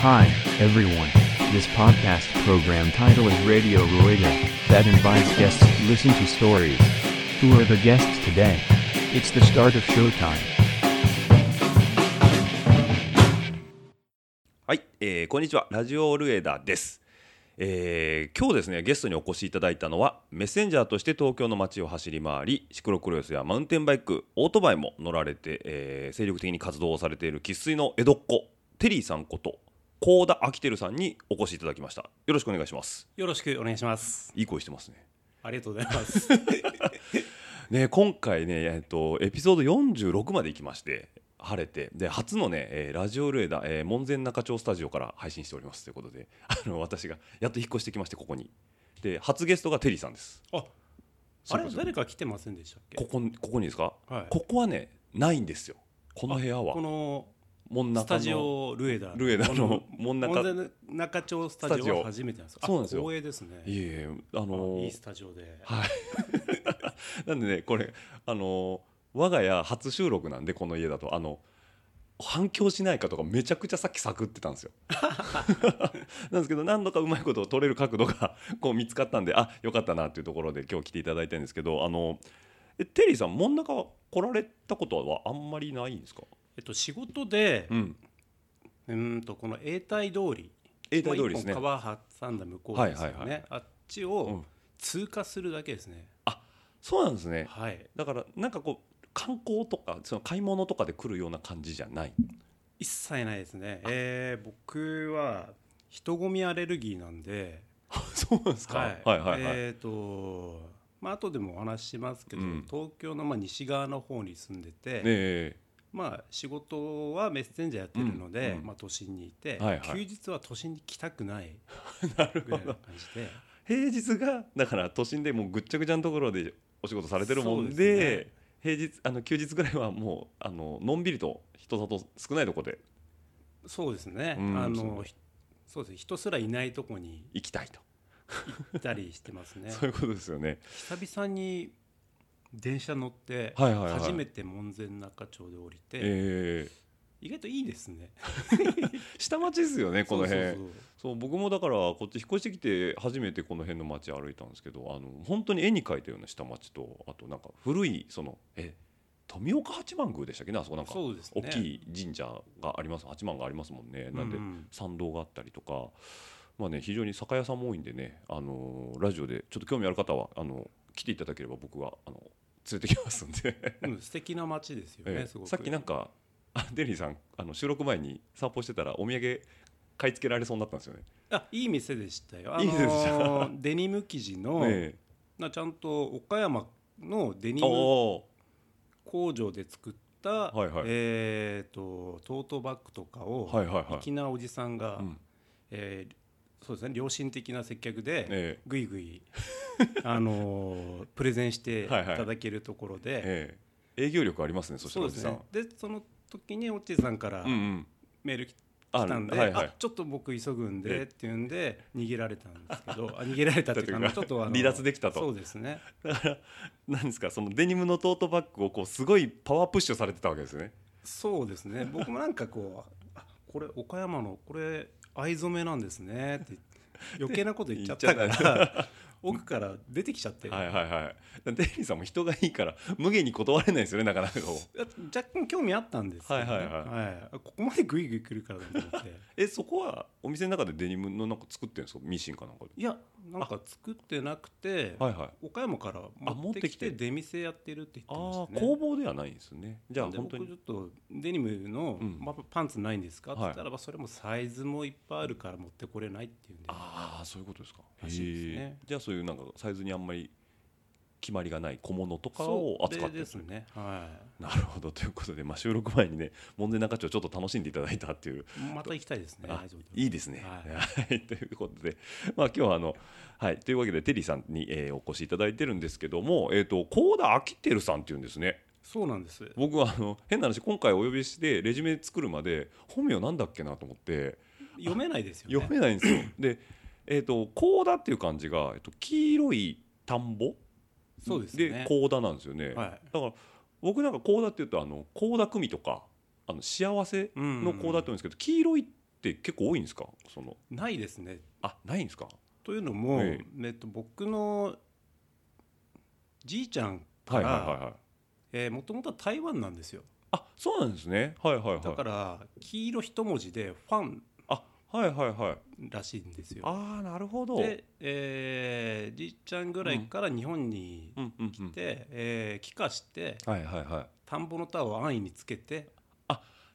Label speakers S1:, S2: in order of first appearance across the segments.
S1: Hi, everyone. This podcast program title is Radio Rueda, that invites guests to listen to stories. Who are the guests today? It's the start of showtime.
S2: はい、えーこんにちはラジオルエダです、えー今日ですねゲストにお越しいただいたのはメッセンジャーとして東京の街を走り回りシクロクロスやマウンテンバイクオートバイも乗られて、えー精力的に活動をされている生粋の江戸っ子テリーさんこと高田昭輝さんにお越しいただきましたよろしくお願いします
S3: よろしくお願いします。
S2: いい声してますね
S3: ありがとうござい ます。
S2: ね今回ね、えっと、エピソード46まで行きまして晴れてで初のね、えーラジオルエダ、えー門前仲町スタジオから配信しておりますということで あの私がやっと引っ越してきましてここにで初ゲストがテリーさんです
S3: あ、あ
S2: そういう
S3: れ
S2: こと
S3: 誰か来てませんでしたっけ？
S2: ここここにですか、
S3: はい
S2: ここはねないんですよこの部屋は
S3: この
S2: 門中の
S3: スタジオルエダ、
S2: ルエダの門中
S3: 門前中町スタ
S2: スタ
S3: ジ
S2: ジオ
S3: オは初めてなんですよ。あ
S2: そうなんですよ
S3: 光栄ですね。
S2: いえいえあ
S3: あ
S2: のー
S3: いいスタジオで。
S2: はい なんでねこれあのー我が家初収録なんでこの家だとあの反響しないかとかめちゃくちゃさっき探ってたん ですよ なんですけど何度かうまいこと取れる角度がこう見つかったんであよかったなっていうところで今日来ていただいてるんですけどあのえテリーさん門中は来られたことはあんまりないんですか、
S3: えっと仕事で
S2: う、ん、
S3: うーんとこの永代通り、
S2: 永代通りですね、
S3: まあ一本川挟んだ向こうですよ
S2: はいはいはい
S3: ね。あっち
S2: う
S3: を
S2: ん
S3: 通過するだけですね。
S2: そうなんですね
S3: はい。
S2: だからなんかこう観光とかその買い物とかで来るような感じじゃ ない
S3: 一切ないですね。えー、僕は人混みアレルギーなんで。
S2: そうなんですか、はいはいはい、
S3: えっ、とまあ後でもお話ししますけど、
S2: うん
S3: 東京のまあ西側の方に住んでて、
S2: え
S3: まあ仕事はメッセンジャーやってるので、
S2: うん
S3: まあ都心にいて、
S2: はいはい
S3: 休日は都心に来た くないぐらいな感じで
S2: 平日がだから都心でもうぐっちゃぐちゃのところでお仕事されてるもんで
S3: そうですね
S2: 平日あの休日ぐらいはもうあののんびりと人里少ないところで
S3: そうですね、
S2: うん
S3: あ
S2: そう
S3: のひそうですね人すらいないとこに
S2: 行きたいと、
S3: 行ったりしてますね
S2: そういうことですよね。
S3: 久々に電車乗って、
S2: はいはいはい
S3: 初めて門前仲町で降りて、
S2: え
S3: 意外といいですね
S2: え下町ですよねこの辺そう
S3: そうそうそう
S2: 僕もだからこっち引っ越してきて初めてこの辺の街歩いたんですけどあの本当に絵に描いたような下町とあとなんか古いそのえ富岡八幡宮でしたっけねあそこなんか
S3: そうです
S2: 大
S3: ね
S2: きい神社があります八幡がありますもんね。なんで、
S3: ううん
S2: 参道があったりとか、まあね、非常に酒屋さんも多いんでね、あのーラジオでちょっと興味ある方はあの来ていただければ僕はあの連れてきますんで、
S3: うん、素敵な街ですよね、
S2: ええ
S3: すごく
S2: さっきなんかあデリーさんあの収録前に散歩してたらお土産買い付けられそうになったんですよね。
S3: あいい店でしたよ、あの
S2: いい店で した
S3: ーデニム生地の、
S2: ええ
S3: なちゃんと岡山のデニ
S2: あ
S3: ム
S2: ー
S3: 工場で作った、
S2: はいはい
S3: えー、とトートバッグとかを、
S2: はいはいはい
S3: 粋なおじさんが、
S2: うん
S3: えーそうですね良心的な接客で、
S2: ええ
S3: ぐいぐい あのープレゼンしてい
S2: はいはい
S3: ただけるところで、
S2: ええ営業力ありますね、そした
S3: そ
S2: ら
S3: う
S2: お
S3: で
S2: じ
S3: す
S2: さん。
S3: ねでその時におっちさんから
S2: うんうん、
S3: メール来て
S2: あ
S3: 来たんで、
S2: はいはい
S3: あちょっと僕急ぐん
S2: え
S3: でっていうんで逃げられたんですけどあ逃げられたっ ていうかあのちょっとあの
S2: 離脱できたと
S3: そうですね
S2: だからなんですかそのデニムのトートバッグをこうすごいパワープッシュされてたわけですよね。
S3: そうですね僕もなんかこうあこれ岡山のこれ藍染めなんですねって余計なこと言っちゃった か
S2: 言っち
S3: ら 奥から出てきちゃって、
S2: はいはいはい。デリーさんも人がいいから無限に断れないですよねなかなかこ う。
S3: あ若干興味あったんですけどね、
S2: はいはいはい
S3: あここまでグイグイ来るからだと思って
S2: えそこはお店の中でデニムのなんか作ってるんですかミシンかなんかで。
S3: いやなんか作ってなくて、
S2: はいはい。
S3: 岡山から
S2: あ持
S3: 持
S2: っ
S3: ってて
S2: きて
S3: きて出店やってるって言って
S2: ああ
S3: まし
S2: ー
S3: たね
S2: 工房ではないんですね。じゃあ
S3: で
S2: 本当
S3: 僕
S2: に。
S3: ちょっとデニムの、
S2: うん
S3: まあパンツないんですかって言ったらば、それもサイズもいっぱいあるから持ってこれないっていうんで
S2: ああそういうことですか。
S3: らしいですね
S2: へえじゃあそういうなんかサイズにあんまり決まりがない小物とか
S3: そ
S2: を扱っ
S3: れ
S2: て
S3: で
S2: る
S3: す。ねは
S2: なるほどということで、まあ、収録前にね門前仲町をちょっと楽しんでいただいたっていう
S3: いまた行きたいですね
S2: あ
S3: 大丈夫
S2: いいですね。
S3: は
S2: はい、 ということで、まあ、今日はあの、はい、というわけでテリーさんに、えーお越しいただいてるんですけども、えー、と高田昭輝さんっていうんですね
S3: そうなんです
S2: 僕はあの変な話今回お呼びしてレジュメ作るまで本名なんだっけなと思って
S3: 読めないですよね
S2: 読めないんですよ。で、えー、と高田っていう漢字が、えっと黄色い田んぼ
S3: そうですね
S2: 高田なんですよね。
S3: はい
S2: だから僕なんか高田っていうとあの高田組とかあの幸せ
S3: うん
S2: の高田って言うんですけど、黄色いって結構多いんですかその
S3: ないですね
S2: あないんですか
S3: というのも、
S2: え
S3: えっと、僕のじいちゃん
S2: は
S3: か
S2: いはいはい
S3: ら
S2: はい
S3: えーもともとは台湾なんですよ
S2: あそうなんですねはいはいはい
S3: だから黄色一文字でファン
S2: あはいはいはい
S3: らしいんですよ
S2: ああなるほど
S3: で、えーじいちゃんぐらいから日本に
S2: うんうんうん
S3: 来て、えー帰化して
S2: はいはいは
S3: 田んぼの田を安易につけて
S2: い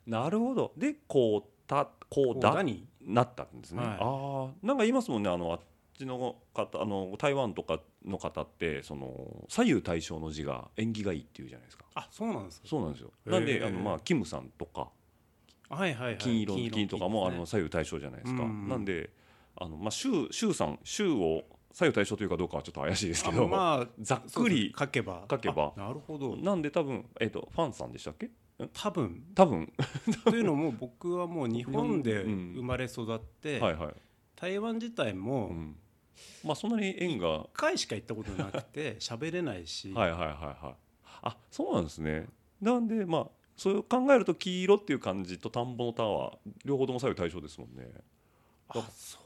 S2: なるほどでこうたこうだ
S3: だに
S2: なったんですね、
S3: はい
S2: ああなんか言いますもんねあのあっちの方あの台湾とかの方ってその左右対称の字が縁起がいいっていうじゃないですか
S3: あそうなんですか
S2: そうなんですよ
S3: へー
S2: なんであのまあキムさんとか
S3: はいはいはい
S2: 金色の金とかもあの
S3: です
S2: 左右対称じゃないですか、
S3: うん
S2: なんであのまあ州州さん州を左右対称というかどうかはちょっと怪しいですけ
S3: ね
S2: ど、
S3: あまあ
S2: ざっくり
S3: そうそう書けば
S2: 書けば
S3: あなるほど
S2: なんで多分えっ、とファンさんでしたっけ
S3: 多分
S2: 多分
S3: という のも僕はもう日本で
S2: うん
S3: 生まれ育って、
S2: はいはい、
S3: 台湾自体
S2: う
S3: も1
S2: ん、まあそんなに縁がは
S3: 回しか行ったことなく て喋れないし、
S2: いはいはいはいあそうなんですねなんでまあそう考えると黄色っていう感じと田んぼの田は両方とも左右対称ですもんね
S3: あそう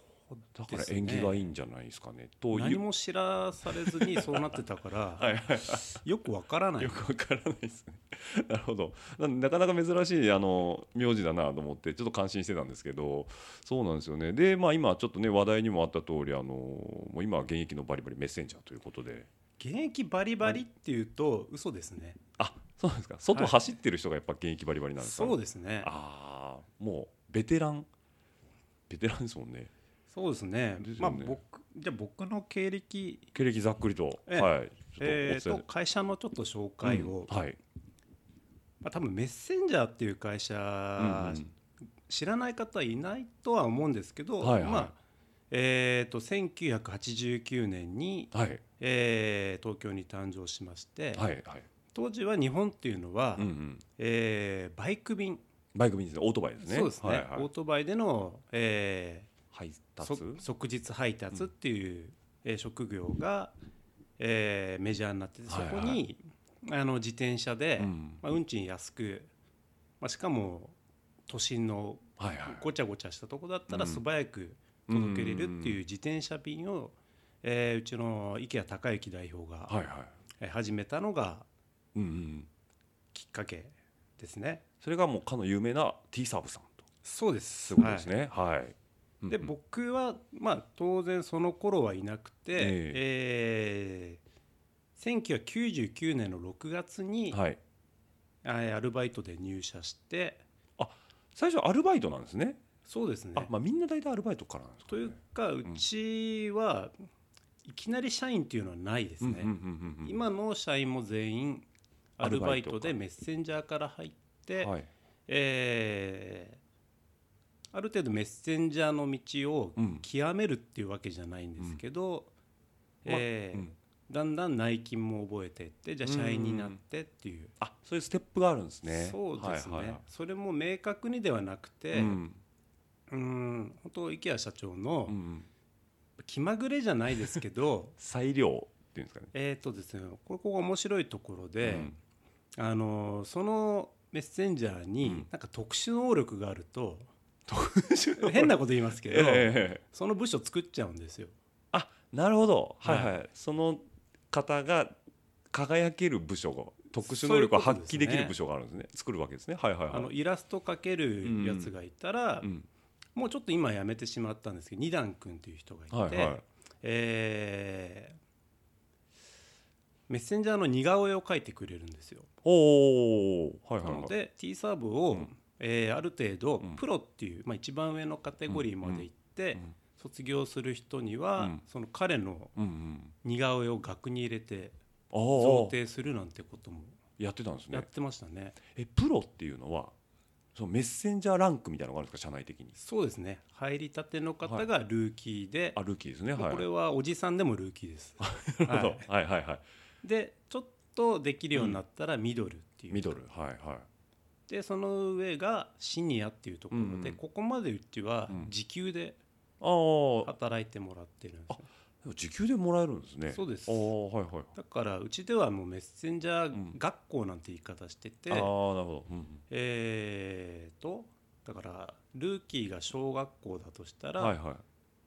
S2: だから
S3: ですね
S2: 縁起がいいんじゃないですかねとい
S3: 何
S2: う
S3: も知らされずにそうなってたから
S2: はいはい
S3: よくわからない
S2: よくわからないですね なるほどなんでなかなか珍しいあの名字だなと思ってちょっと感心してたんですけどそうなんですよねでまあ今ちょっとね話題にもあった通りあのもう今は現役のバリバリメッセンジャーということで
S3: 現役バリバリっていうと嘘ですね
S2: あそうなんですか外
S3: はい
S2: 走ってる人がやっぱ現役バリバリなんですか、
S3: そうですね
S2: ああもうベテランベテランですもんね
S3: そうですね
S2: です
S3: ま
S2: よ
S3: あ
S2: ね
S3: 僕じゃあ僕の経歴
S2: 経歴ざっくりと、
S3: ええ
S2: はいちょっとお伝
S3: え
S2: え
S3: ーと会社のちょっと紹介を、
S2: うんはい、
S3: まあ、多分メッセンジャーっていう会社、
S2: うんうん
S3: 知らない方いないとは思うんですけど、
S2: はいはい
S3: まあえー、と1989年に、
S2: はい
S3: えー東京に誕生しまして、
S2: はいはい、
S3: 当時は日本っていうのは、
S2: うんうん、
S3: えーバイク便、
S2: バイク便ですねオートバイですね
S3: そうですね、
S2: はいは
S3: オー
S2: い、
S3: トバイでの、え
S2: 配
S3: ー
S2: 達
S3: そ即日配達っていう、えー職業が、えーメジャーになっててそこ
S2: はいは
S3: に、あの自転車で、
S2: うん
S3: まあ、運賃安く、まあ、しかも都心の
S2: はいはい
S3: ごちゃごちゃしたとこだったら
S2: うん
S3: 素早く届けれるっていう自転車便を、えーうちの池谷孝之代表が
S2: はいはい
S3: えー始めたのが
S2: うんうん、
S3: きっかけですね。
S2: それがもうかの有名な T サーブさんと
S3: そうです
S2: そういうことですねはい、うん
S3: で
S2: うん
S3: 僕はまあ当然その頃はいなくて、えー1999年の6月に、
S2: はい、
S3: あーアルバイトで入社して
S2: 最初アルバイトなんですね
S3: そうですね
S2: あ、まあ、みんな大体アルバイトからなんですか、ね、
S3: というかうちは、いきなり社員っていうのはないです
S2: うん
S3: ね、
S2: うんうんうんうん、
S3: 今の社員も全員アルバイトでメッセンジャーから入って、
S2: はい、
S3: えーある程度メッセンジャーの道を
S2: うん
S3: 極めるっていうわけじゃないんですけど、
S2: うんま
S3: えー
S2: うん
S3: だんだん内勤も覚えてってじゃあ社員になってっていう、
S2: あそういうステップがあるんですね
S3: そうですね、
S2: はいはいはい
S3: それも明確にではなくて、う、
S2: うんん
S3: 本当池谷社長の
S2: うんうん、
S3: 気まぐれじゃないですけ ど
S2: 裁量っていうんですかね、
S3: えっとですねこれここが面白いところで。
S2: うん
S3: あのそのメッセンジャー
S2: う
S3: に
S2: ん
S3: なんか特殊能力があると、変なこと言いますけど、
S2: ええ
S3: その部署作っちゃうんですよ。
S2: あなるほどはいはい、
S3: は
S2: その方が輝ける部署が特殊能力を発揮できる部署があるんですね作るわけですねはいはいはい
S3: あのイラスト描けるやつがいたら、
S2: うん、
S3: もうちょっと今やめてしまったんですけど二段君っていう人がいて、
S2: はいはい
S3: えーメッセンジャーの似顔絵を描いてくれるんですよ。
S2: おおはいは
S3: ない
S2: は
S3: の
S2: い
S3: で T サーブ
S2: う
S3: を、
S2: ん
S3: えーある程度
S2: うん
S3: プロっていう、まあ、一番上のカテゴリーまで行って、
S2: うん
S3: 卒業する人には、
S2: うん
S3: その彼の
S2: うんうん
S3: 似顔絵を額に入れて
S2: あ
S3: 贈
S2: あ
S3: 呈するなんてことも
S2: やってたんです
S3: やっ
S2: ね
S3: てましたね。
S2: えプロっていうのはそのメッセンジャーランクみたいなのがあるんですか社内的に
S3: そうですね入りたての方がルーキーで、
S2: あルーキーですね
S3: もう
S2: はい
S3: これはおじさんでもルーキーです。
S2: なるほどはいはいはい
S3: でちょっとできるようになったらミドルっていう、
S2: ミドルはいはい
S3: でその上がシニアっていうところで、
S2: うんうん
S3: ここまでうちは
S2: うん
S3: 時給で
S2: ああ
S3: 働いてもらってるんですよ、
S2: でも時給でもらえるんですね
S3: そうです
S2: ああはいはい
S3: だからうちではもうメッセンジャ
S2: うん
S3: ー学校なんて言い方してて、
S2: ああなるほど、うんうん
S3: えーとだからルーキーが小学校だとしたら、
S2: はいは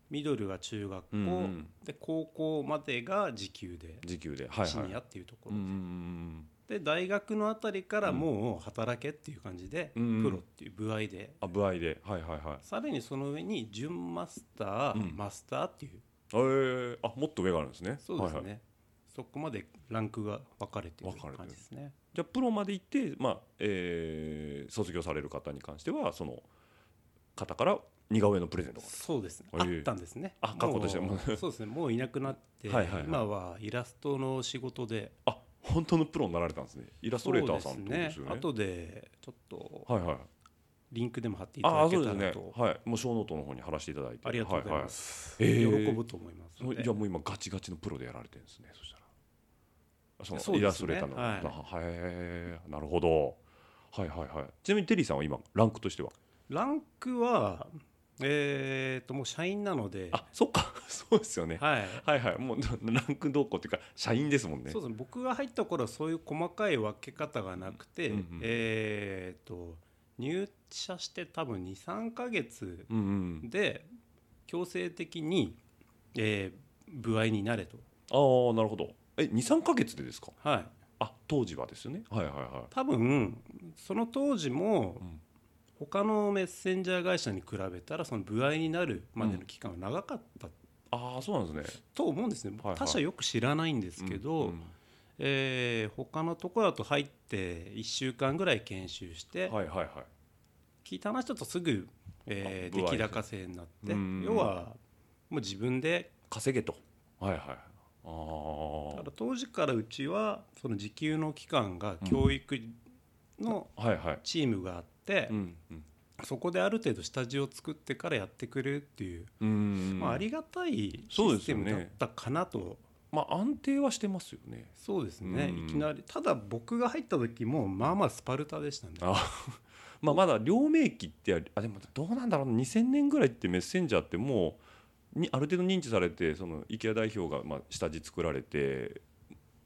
S3: ミドルが中学校、
S2: い、うんうん、
S3: で高校までが時給で
S2: 時給で、はいはい、
S3: シニアっていうと
S2: う
S3: ころ、
S2: んうん
S3: で大学のあたりからもう働けっていう感じで、
S2: うん
S3: プロっていう部合で
S2: あ部合ではいはいはい
S3: さらにその上に準マスター、
S2: うん
S3: マスターっていう
S2: えー、あもっと上があるんですね
S3: そうですね、
S2: はいはい、
S3: そこまでランクが分かれてる
S2: 分かれてる
S3: 感じですね
S2: じゃあプロまで行って、まあえー卒業される方に関してはその方から似顔絵のプレゼントが
S3: そうですね、
S2: ええ
S3: あったんですね
S2: あ過去としては
S3: も
S2: も
S3: うそうですねもういなくなって、
S2: はいはいはい
S3: 今はイラストの仕事で
S2: あ本当のプロになられたんですねイラストレーターさんってことです
S3: そう
S2: よ
S3: で
S2: ね
S3: す後でちょっと
S2: はいはい
S3: リンクでも貼っていた
S2: あ
S3: だ
S2: あ
S3: け
S2: そう
S3: た
S2: です
S3: ら
S2: ね
S3: と、
S2: はいもう小ノートの方に貼らせていただいて、
S3: ありがとうございますす、
S2: はいはいええ
S3: 喜ぶと思いますの
S2: はいは
S3: で
S2: い、じゃあもう今ガチガチのプロでやられてるんですねそしたらその
S3: そうですね
S2: イラストレーターの
S3: はい
S2: なはい、なるほどはいはいはいちなみにテリーさんは今ランクとしては
S3: ランクはえー、ともう社員なので
S2: あそっか そうですよね、
S3: はい
S2: はいはいもうランク動向っていうか社員ですもんね
S3: そうですね僕が入った頃はそういう細かい分け方がなくて、
S2: うんうん
S3: えー、と入社して多分23ヶ月
S2: うんうん
S3: で強制的に、えー部合になれと、
S2: ああなるほどえ23か月でですか
S3: はい、
S2: あ当時はですよねはいはいは
S3: 多分その当時も
S2: うん
S3: 他のメッセンジャー会社に比べたらその部合いになるまでの期間は長かった
S2: いああそうなんですね
S3: と思うんです
S2: は
S3: ね、
S2: いはい
S3: 他社よく知らないんで
S2: う
S3: す
S2: ん
S3: けど、
S2: うん
S3: えー他のところだと入って1週間ぐらい研修して、
S2: はいはいはい
S3: 聞いた話だとすぐ、え
S2: あ部
S3: ー
S2: 合
S3: 出来高制になって
S2: うん
S3: 要はもう自分で
S2: 稼げとはいはい
S3: だか
S2: あ
S3: ら当時からうちはその時給の期間が教育の
S2: あはいはい
S3: チームがあって、
S2: うんうん
S3: そこである程度下地を作ってからやってくれるっていう、
S2: うん
S3: まあ、ありがたい
S2: そう
S3: シ
S2: で
S3: ス
S2: す
S3: テ
S2: よ
S3: ム
S2: ね
S3: だったかなと
S2: まあ安定はしてますよね
S3: そうですね、
S2: うん
S3: いきなりただ僕が入った時もまあまあスパルタでしたね
S2: あまあまだ両名機ってありあでもどうなんだろうな2000年ぐらいってメッセンジャーってもうにある程度認知されてその IKEA 代表がまあ下地作られて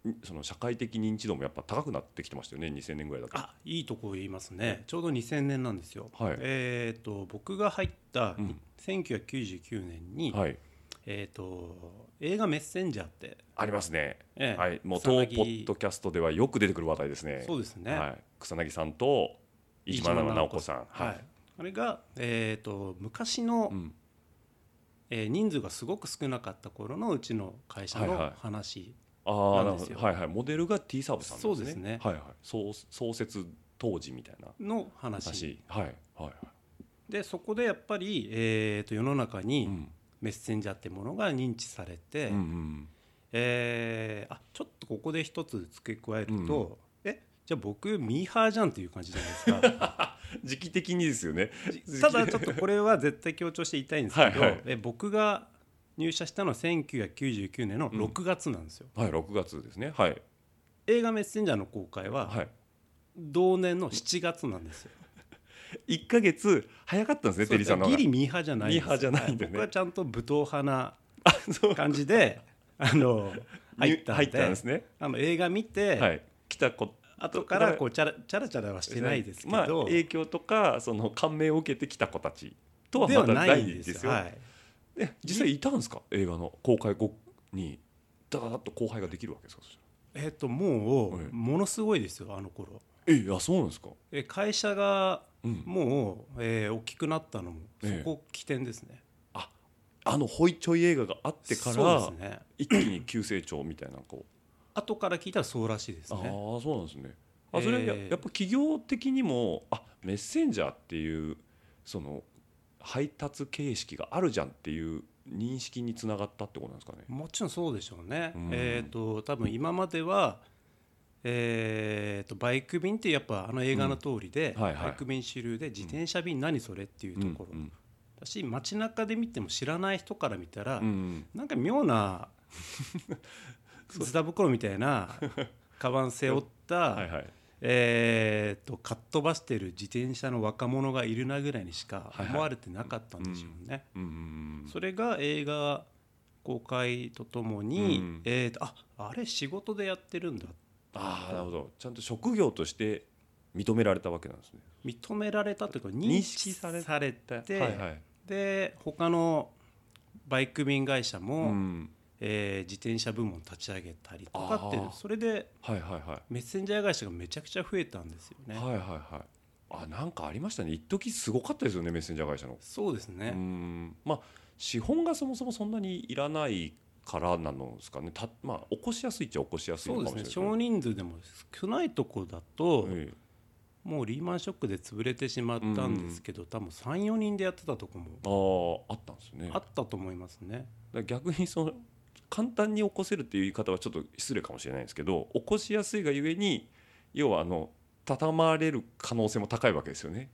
S2: にその社会的認知度もやっぱ高くなってきてましたよね2000年ぐらいだと。
S3: あいいとこ言いますねちょうど2000年なんですよ、
S2: はい
S3: えっ、と僕が入った
S2: うん
S3: 1999年に、
S2: はい、
S3: えー、と映画「メッセンジャー」って、
S2: ありますね、
S3: ええ
S2: はい、もう
S3: 草
S2: 当ポ
S3: 薙
S2: ッドキャストではよく出てくる話題ですね。
S3: そうですね、
S2: はい、草薙さんと飯島直子さん。
S3: はいあれが、えー、と昔の、
S2: うん
S3: えー人数がすごく少なかった頃のうちの会社
S2: はいは
S3: の
S2: い
S3: 話、
S2: あーな
S3: なん
S2: る
S3: で
S2: ほ
S3: すよ
S2: ど、はいはい、モデルが T サーブさんなん
S3: そうですね
S2: はいはい、創創設当時みたいな
S3: の話
S2: 話。はいはいはい。
S3: でそこでやっぱり、えー、と世の中
S2: う
S3: に
S2: ん
S3: メッセンジャーってものが認知されて、
S2: うんうん
S3: えーあちょっとここで一つ付け加えると、えじゃあ僕ミーハーじゃんっていう感じじゃないですか
S2: 時期的にですよね。
S3: ただちょっとこれは絶対強調して言いたいんですけど、
S2: はいはい
S3: え僕が入社したのは1999年の6月なんですよ、
S2: はい、6月ですね。はい。
S3: 映画「メッセンジャー」の公開は
S2: はい。
S3: 同年の7月なんですよ、
S2: 1ヶ月早かったんですね、テリーさんの方
S3: ギ
S2: が。
S3: リミーハーじゃないです
S2: ミーハーじゃないんだね
S3: は僕はちゃんと武闘派な
S2: そう
S3: 感じで あの入ったんで
S2: 入ったんですね。
S3: あの映画見て、
S2: はい。来たこ
S3: 後からこうチャラチャラチャラはしてないですけど、
S2: まあ、影響とか、その感銘を受けてきた子たちとは
S3: で
S2: ま
S3: は
S2: た
S3: な
S2: ないい
S3: んですよ
S2: ですよ。
S3: はい、
S2: ね実際いたんですか映画の公開後に、だだだっと後輩ができるわけですかそした
S3: えっ、とも
S2: はいう
S3: ものすごいですよあの頃
S2: らえ、いや、そうなんですか。
S3: え会社が
S2: うん。
S3: もう、えー大きくなったのもそ
S2: ええ
S3: こ起点ですね、
S2: あの、ホイチョイ映画があってか
S3: そ
S2: ら
S3: う、ですね
S2: 一気に急成長みたいな、こう。
S3: 後から聞いたらそうらしいですね
S2: ああそうなんですね。あそれはや,、
S3: えー
S2: やっぱ企業的にもあメッセンジャーっていうその配達形式があるじゃんっていう認識につながったってことなんですかね。
S3: もちろんそうでしょうね、
S2: うん
S3: えっ、と多分今まではえー、とバイク便ってやっぱあの映画の通りで、
S2: うんはいはい
S3: バイク便主流で自転車便何それっていうとこ
S2: う
S3: ろ、
S2: ん
S3: だし街中で見ても知らない人から見たら、
S2: うんうん
S3: なんか 妙なズタ袋みたいなカバン背負った、
S2: はいはい、
S3: えー、とかっ飛ばしてる自転車の若者がいるなぐらいにしか
S2: はいはい
S3: 思われてなかったんでしょうね。
S2: うんうん
S3: それが映画公開とともに、
S2: うん
S3: えー、とああれ仕事でやってるんだ
S2: ああなるほどちゃんと職業として認められたわけなんですね。
S3: 認められたというか認
S2: 認識
S3: 識さ
S2: さ
S3: れ
S2: れ
S3: て
S2: はいはい
S3: で他のバイク便会社も、
S2: うん、
S3: えー自転車部門立ち上げたりとかって
S2: あー
S3: それで
S2: はいはいはい
S3: メッセンジャー会社がめちゃくちゃ増えたんですよね、
S2: はいはいはいあなんかありましたね一時すごかったですよねメッセンジャー会社の。
S3: そうですね、
S2: うんまあ資本がそもそもそんなにいらないからなのですかねた、まあ、起こしやすいっちゃ起こしやすい
S3: そ
S2: の
S3: う
S2: か
S3: で
S2: も
S3: す
S2: しれ
S3: ね
S2: ない
S3: 少人数でも少ないとこだと、
S2: ええ
S3: もうリーマンショックで潰れてしまったんですけど、多分34人でやってたとこも
S2: あああったんですね。
S3: あったと思いますね、
S2: だから逆にその簡単に起こせるっていう言い方はちょっと失礼かもしれないですけど起こしやすいがゆえに要はあの畳まれる可能性も高いわけですよね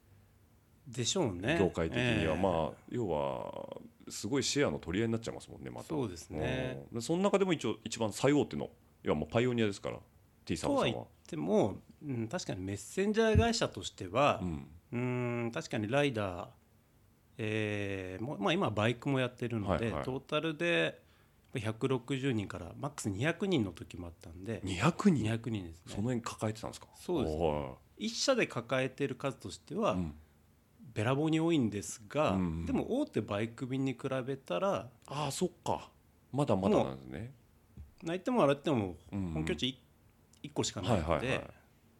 S3: でしょうね
S2: 業界的には、
S3: ええ
S2: まあ要はすごいシェアの取り合いになっちゃいますもんねまた
S3: そうですね
S2: うんでその中でも一応一番最大手の要はもうパイオニアですから T サムさん
S3: と
S2: は。
S3: でも、うん、確かにメッセンジャー会社としては
S2: う、ん
S3: うん、確かにライダー、えーもまあ、今はバイクもやってるので、
S2: はいはい
S3: トータルで160人からマックス200人の時もあったんで
S2: 200人
S3: 200人です
S2: その辺
S3: ね
S2: 抱えてたんですか
S3: そうです
S2: ね
S3: 一社で抱えてる数としては、
S2: うん、
S3: べらぼうに多いんですが、
S2: うん
S3: でも大手バイク便に比べたら
S2: ああそっかまだまだなんですね、
S3: 泣いても笑っても
S2: うん
S3: 本拠地1個しかないので、
S2: はいはいはい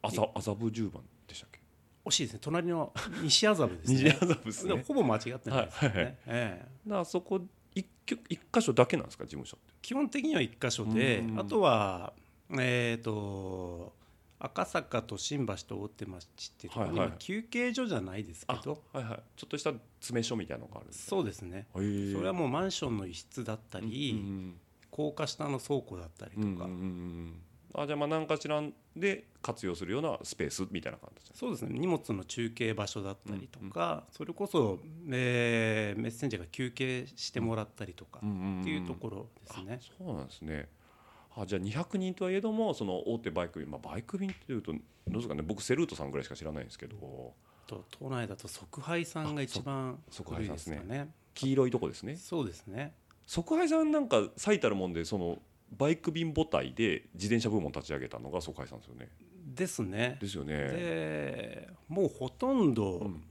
S2: 麻麻布十番でしたっけ
S3: 惜しいですね隣の西麻布です
S2: 西
S3: ね
S2: 麻布です
S3: でも
S2: ね
S3: ほぼ間違ってないですよね、
S2: はいはい
S3: ええ
S2: なあそこ一挙一箇所だけなんですか事務所って
S3: 基本的には1箇所で
S2: うん
S3: あとはえっ、と赤坂と新橋と大手町っていうところに、
S2: はいはい
S3: まあ休憩所じゃないですけど
S2: はいはいちょっとした詰め所みたいなのがあるんですね
S3: そうですね
S2: へえ
S3: それはもうマンションの一室だったり、
S2: うん
S3: 高架下の倉庫だったりと
S2: う
S3: か、
S2: んうんうんうんあじゃあまあ何かしらで活用するようなスペースみたいな感じですね
S3: そうですね荷物の中継場所だったりとか、それこそ、えーメッセンジャーが休憩してもらったりとかっていうところですね。
S2: あそうなんですねあじゃあ200人とはいえどもその大手バイク便、まあ、バイク便っていうとどうですかね僕セルートさんぐらいしか知らないんですけど
S3: と都内だと即配さんが一番
S2: あそ
S3: 古いですか
S2: 即
S3: ね。
S2: 黄色いとこですね
S3: そうですね。
S2: 即配さんなんか最たるもんでそのバイク便母体で自転車部門立ち上げたのが即配さんですよね
S3: ですね。
S2: ですよね
S3: でもうほとん
S2: う
S3: ど
S2: ん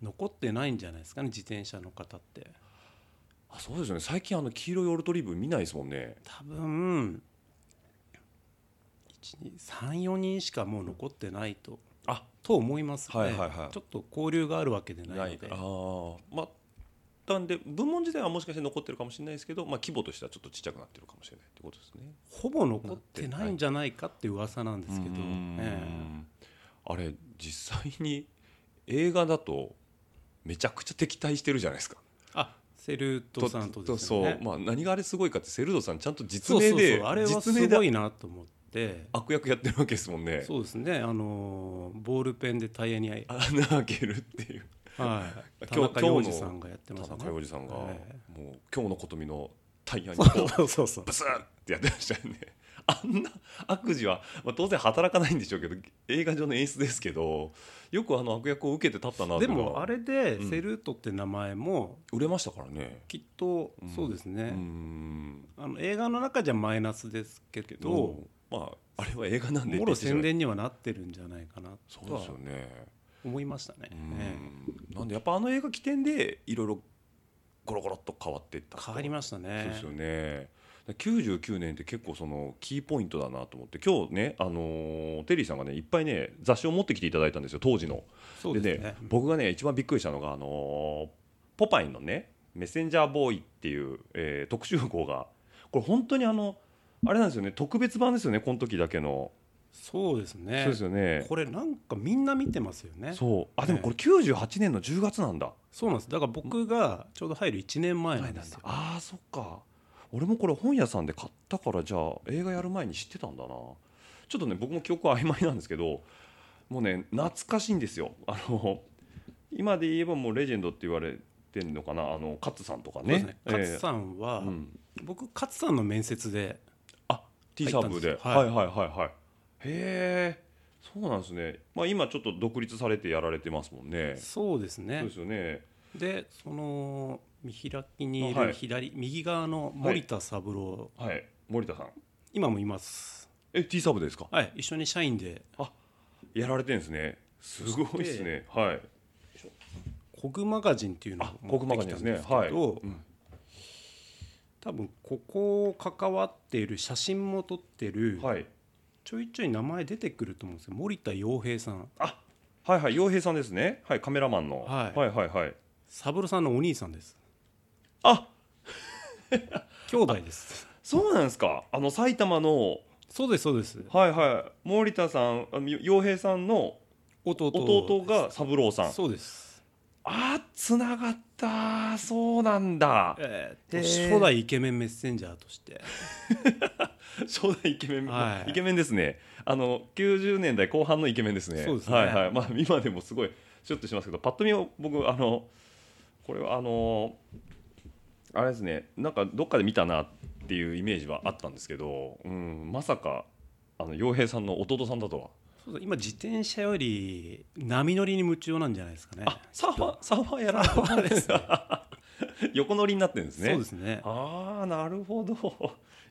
S3: 残ってないんじゃないですかね自転車の方って
S2: あそうですよね最近あの黄色いオルトリーブ見ないですもんね
S3: 多分34人しかもう残ってないと
S2: あ
S3: と思いますね、
S2: はいはいはい
S3: ちょっと交流があるわけでないので
S2: ああまあなんで部門自体はもしかして残ってるかもしれないですけど、まあ、規模としてはちょっとちっちゃくなってるかもしれないってことですね。
S3: ほぼ残ってないんじゃないかって噂なんですけど、え
S2: あれ実際に映画だとめちゃくちゃ敵対してるじゃないですか。
S3: えあセルートさんとですよね
S2: そうまあ、何があれすごいかってセルドさんちゃんと実
S3: そう
S2: 名
S3: そう
S2: で
S3: そうあれは
S2: 実
S3: す
S2: 名
S3: ご
S2: で
S3: いなと思って
S2: 悪役やってるわけですもんね。
S3: そうですねあのーボールペンでタイヤにはい
S2: 穴開けるっていう
S3: 田
S2: 今日
S3: 中洋次さんがやって
S2: 田
S3: ましたね
S2: 中洋次さんがもう
S3: ええ
S2: 今日のことみのタイヤにこう
S3: そうそうそう
S2: ブスンってやってましたよね あんな悪事は、まあ、当然働かないんでしょうけど映画上の演出ですけどよくあの悪役を受けて立ったな
S3: でもあ
S2: れ
S3: れで
S2: うん
S3: セルートって名前も
S2: 売れましたからね
S3: きっと
S2: うん
S3: そうです
S2: うー
S3: ね、
S2: ん
S3: あの映画の中じゃマイナスですけど、
S2: まああれは映画なんで
S3: もろ
S2: 別にしょうがない
S3: 宣伝にはなってるんじゃないかな
S2: そう
S3: とは
S2: ですよね
S3: 思いましたね
S2: う。ん
S3: え
S2: なんでやっぱあの映画起点でいろいろゴロゴロっと変わっていった
S3: え変わりました
S2: そうで
S3: ね
S2: すよね。だから99年って結構そのキーポイントだなと思って今日ね、あのーテリーさんがねいっぱいね雑誌を持ってきていただいたんですよ当時の。
S3: そうですね
S2: 僕がね一番びっくりしたのが、あのーポパイのね「メッセンジャーボーイ」っていう、えー特集号がこれ本当にあのあれなんですよね特別版ですよねこの時だけの。
S3: そうですね
S2: そうですよね。
S3: これなんかみんな見てますよねそう
S2: そうあでもこれ98年の10月なんだ。
S3: なんですだから僕がちょうど入る1年前なんですよ
S2: ああそっか俺もこれ本屋さんで買ったからじゃあ映画やる前に知ってたんだなちょっとね僕も記憶は曖昧なんですけどもうね懐かしいんですよあの今で言えばもうレジェンドって言われてんのかなあの勝さんとか
S3: そうです
S2: ね
S3: ね勝さんは
S2: ええうん、
S3: 僕勝さんの面接で
S2: T サーブ
S3: 入
S2: で
S3: ったんですよ
S2: はいはいはいはいへえそうなんですねまあ今ちょっと独立されてやられてますもんね
S3: そうです
S2: そう
S3: ね
S2: ですよね
S3: でその見開きにい
S2: は
S3: る
S2: い
S3: 左右側の森田三郎
S2: はい森田さん
S3: 今もいます
S2: え T サーブですか
S3: はい一緒に社員で
S2: やられてるんですねすごいですねはい
S3: コグマガジンっていうの
S2: あ
S3: を
S2: コグ
S3: 持
S2: マ
S3: っ
S2: ガ
S3: て
S2: ジ
S3: き
S2: ン
S3: た
S2: ですね
S3: んですけ
S2: はい
S3: ど
S2: うん
S3: 多分ここ関わっている写真も撮ってる
S2: はい
S3: ちょいちょい名前出てくると思うんですよ森田洋平さん
S2: あはいはい洋平さんですねはいカメラマンの、
S3: はい
S2: はいはいはい
S3: 三郎さんのお兄さんです
S2: あ
S3: 兄弟です
S2: そうなんですかあの埼玉の
S3: そうですそうです
S2: はいはい森田さんあの洋平さんの
S3: 弟
S2: 弟が三郎さん
S3: そうです、
S2: あつながったそうなんだ
S3: えー
S2: へー
S3: 初代イケメンメッセンジャーとして
S2: 初代イケメン、
S3: はい
S2: イケメンですねあの90年代後半のイケメンですね
S3: そうですね
S2: はいはいまあ、今でもすごいシュッとしますけどパッと見を僕あのこれはあのあれですねなんかどっかで見たなっていうイメージはあったんですけど、うん、まさかあの洋平さんの弟さんだとは、
S3: そうそう今自転車より波乗りに夢中なんじゃないですかね
S2: あサーファーサーファーやら
S3: サーファーです
S2: 横乗りになってるんですね
S3: そうですね
S2: ああなるほど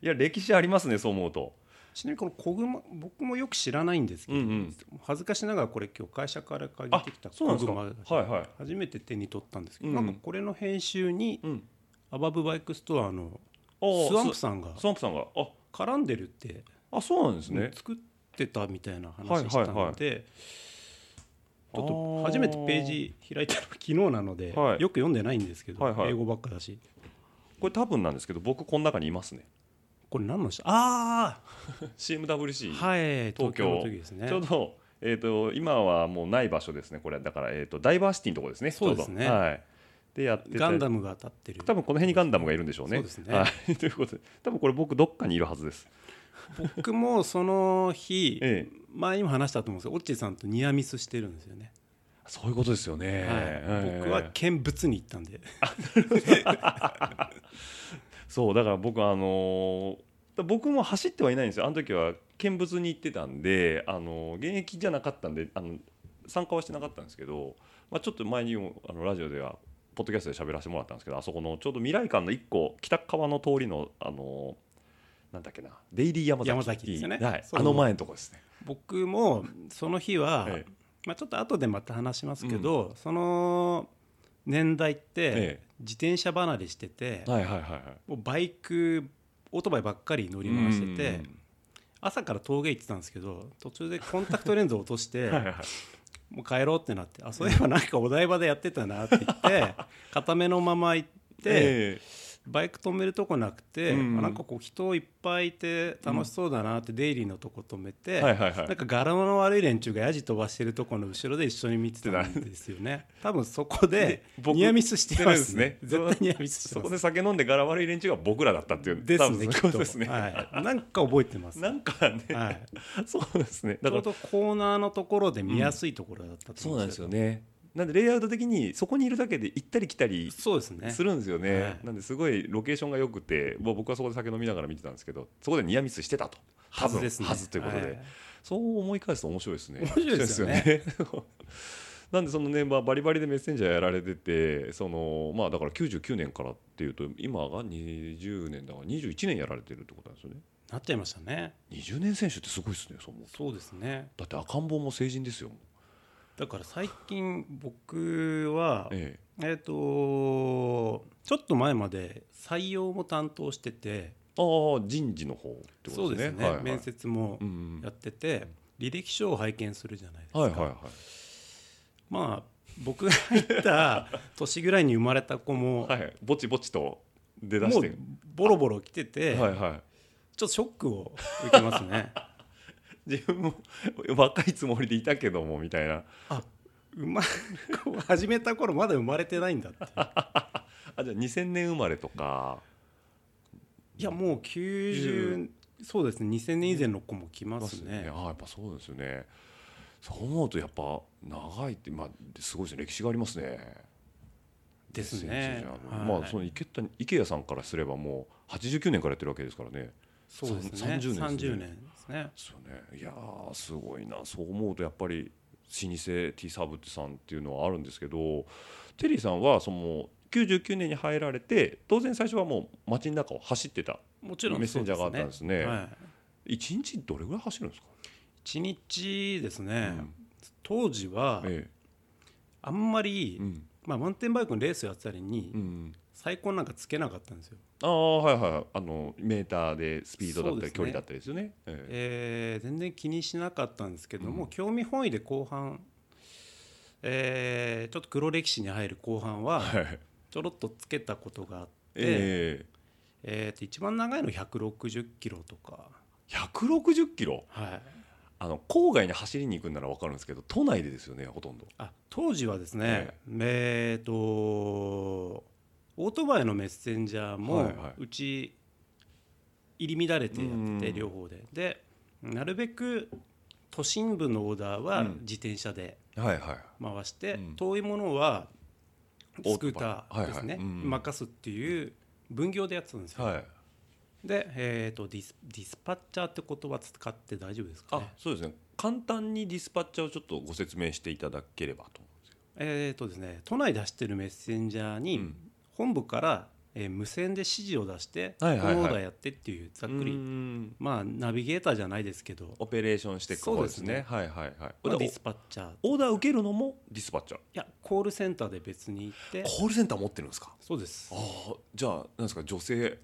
S2: いや歴史ありますねそう思うと
S3: ちなみにこの小熊僕もよく知らないんですけど、
S2: うんうん
S3: 恥ずかしながらこれ今日会社から借りてきた
S2: あそうなんですか
S3: 小熊が
S2: はいはい
S3: 初めて手に取ったんですけど、
S2: うんうん
S3: なんかこれの編集に
S2: うん
S3: アバブバイクストアの
S2: あー
S3: スワンプさんが
S2: スワンプさんがあ
S3: 絡んでるって
S2: あそうなんですね。
S3: 作ってたみたいな話したのでちょっと初めてページ開いたのが 昨日なので
S2: はい
S3: よく読んでないんですけど
S2: はいはい
S3: 英語ばっかだし
S2: これ多分なんですけど僕この中にいますね。
S3: これ何の人ああ
S2: CMWC、
S3: はい
S2: 東京
S3: 東京の時ですね
S2: ちょうどえっ、と今はもうない場所ですね。これはだからえっ、とダイバーシティのところですね。
S3: そうですね
S2: ちょうどはい。でやってて
S3: ガンダムが当たってる
S2: 多分この辺にガンダムがいるんでしょうね。
S3: そうですね
S2: はい、 ということで多分これ僕どっかにいるはずです。
S3: 僕もその日
S2: ええ
S3: 前にも話したと思うんですけどオッチーさんとニアミスしてるんですよね
S2: そういうことですよね。
S3: はい僕
S2: え
S3: は
S2: え
S3: 見物に行った んで
S2: そうだから僕あのー僕も走ってはいないんですよあの時は見物に行ってたんで、あのー現役じゃなかったんであの参加はしてなかったんですけど、まあ、ちょっと前にもあのラジオではポッドキャストで喋らせてもらったんですけどあそこのちょうど未来館の1個北側の通りの、あのーなんだっけなデイリー山崎
S3: 山崎ですよね
S2: はい、
S3: そう
S2: あの前のとこですね。
S3: 僕もその日は、
S2: ええ
S3: まあ、ちょっと後でまた話しますけど、その年代って
S2: え
S3: 自転車離れしてて、
S2: はいはいはいはい
S3: もうバイクオートバイばっかり乗り回してて、朝から峠行ってたんですけど途中でコンタクトレンズ落として
S2: はいはいはい
S3: もう帰ろうってなってあそういえばなんかお台場でやってたなって言って固めのまま行って。
S2: え
S3: バイク止めるとこなくて、
S2: うん
S3: あなんかこう人いっぱいいて楽しそうだなってデイリーのとこ止めて、
S2: えはいはいはい
S3: なんか柄の悪い連中がヤジ飛ばしてるところの後ろで一緒に見てたんですよ ね。多分そこで
S2: 僕
S3: ニアミスしてますね。
S2: してるんで
S3: 絶
S2: すね
S3: 対ニアミスして
S2: そ
S3: ま
S2: こ
S3: す。
S2: で酒飲んで柄悪い連中が僕らだったっていう
S3: です
S2: 多分
S3: ね、きっ。
S2: そういうこととですね。
S3: はい。 なんか覚えてます。
S2: なんかね、
S3: はい。
S2: そうですね。
S3: ち
S2: だか
S3: ょう
S2: ら
S3: どコーナーのところで見やすいところだったと
S2: そう
S3: 思
S2: なで
S3: うんんですすよ。
S2: よね。なんでレイアウト的にそこにいるだけで行ったり来たり
S3: そうですね。
S2: するんですよね。
S3: はい
S2: なんですごいロケーションが良くて、まあ僕はそこで酒飲みながら見てたんですけど、そこでニアミスしてたと。多分はずということで、
S3: はい
S2: そう思い返すと面白いですね。
S3: 面白いですよね
S2: 面白い ですよね。なんでそのね、まあ、バリバリでメッセンジャーやられててそのまあだから99年からっていうと今が20年だから21年やられてるってことなんですよね
S3: なっちゃいましたね。
S2: 20年選手ってすごいですねそう思うと
S3: そうですね。
S2: だって赤ん坊も成人ですよ
S3: だから最近僕は、
S2: ええ
S3: えっ、とちょっと前まで採用も担当してて、
S2: ああ人事の方ってこ
S3: そ
S2: と
S3: う
S2: で
S3: ですす
S2: ね。
S3: ね、
S2: はいはい
S3: 面接も
S2: うんうん
S3: やってて、履歴書を拝見するじゃないですか、
S2: はいはいはい。
S3: まあ僕が入った年ぐらいに生まれた子も、
S2: はいぼちぼちと出だ
S3: も
S2: し
S3: う
S2: て
S3: ボロボロ来てて、
S2: はいは
S3: ちょっとショックを受けま すね
S2: い。自分も若いつもりでいたけどもみたいな。
S3: あ生まこう始めた頃まだ生まれてないんだっていう
S2: あじゃあ2000年生まれとか。
S3: いやもう90そうですね2000年以前の子も来ます
S2: います
S3: ね
S2: よああやっぱそうですよね。そう思うとやっぱ長いってまあすごいですね歴史がありますね。
S3: ですね
S2: メッセンジャー
S3: はい
S2: のまあその池谷池谷さんからすればもう89年からやってるわけですからね。
S3: そうですね
S2: 30年ですね
S3: 30年ですね
S2: ですよねいやーすごいなそう思うとやっぱり老舗 T サブってさんっていうのはあるんですけどテリーさんはその99年に入られて当然最初はもう街の中を走ってた
S3: もち
S2: メ
S3: ろん
S2: ッセンジャーがあ
S3: そ
S2: っ
S3: う
S2: たんですね
S3: はい
S2: 一日どれぐらい走るんですか、
S3: 1日ですね、
S2: うん
S3: 当時は
S2: え
S3: あんまり、
S2: えうん
S3: まあ、マウンテンバイクのレースやってたりに、
S2: うん、
S3: 最高なんかつけなかったんですよ。
S2: ああはいはいはいあのメーターでスピードだったり距
S3: そうですね
S2: 離だったりですよねえ
S3: えー全然気にしなかったんですけども、
S2: うん
S3: 興味本位で後半、えーちょっと黒歴史に入る後半は
S2: えはい
S3: ちょろっとつけたことがあって、え
S2: え
S3: ーと一番長いの160キロとか、
S2: え160キロ
S3: はい、
S2: あの郊外に走りに行くんなら分かるんですけど都内でですよねほとんど
S3: あ当時はですね、えー、とオートバイのメッセンジャー
S2: はい
S3: も
S2: はいう
S3: ち入り乱れて
S2: う
S3: やってて
S2: ん
S3: 両方ででなるべく都心部のオーダーは
S2: うん
S3: 自転車で
S2: はいはい
S3: 回して、
S2: うん
S3: 遠いものは
S2: オート
S3: ス
S2: バ
S3: ク
S2: イ
S3: ータ
S2: はいは
S3: ー
S2: い
S3: ですね、
S2: うん
S3: 任すっていう分業でやってたんですよ、
S2: はい
S3: で、えー、とディスディスパッチャーって言葉使って大丈夫ですか
S2: あ
S3: ね
S2: そうですね簡単にディスパッチャーをちょっとご説明していただければと思うんですけ
S3: えーとですね都内で走ってるメッセンジャーに、
S2: うん
S3: 本部から、えー無線で指示を出して、
S2: はいはいはい
S3: このオーダーやってっていうざっ
S2: ど
S3: く
S2: う
S3: り
S2: ん
S3: まあナビゲーターじゃないですけど、
S2: オペレーションしていく方ですね
S3: そうですね
S2: はいはいはい、
S3: ま
S2: で
S3: あディスパッチャーい
S2: オーダー受けるのもディスパッチャー
S3: やコールセンターで別に行って
S2: コールセンター持ってるんですか
S3: そうです
S2: ああじゃあなんですか女性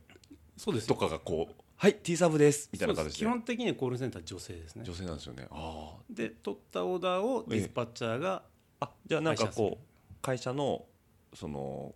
S3: そうです
S2: とかがこう「はい T サーブです」みたいな
S3: そう
S2: 形
S3: で
S2: です
S3: 基本的にコールセンター女性ですね
S2: 女性なんですよねあ
S3: で取ったオーダーをディスパッチャーが
S2: ああじゃあなんか
S3: 会社です
S2: こう会社のその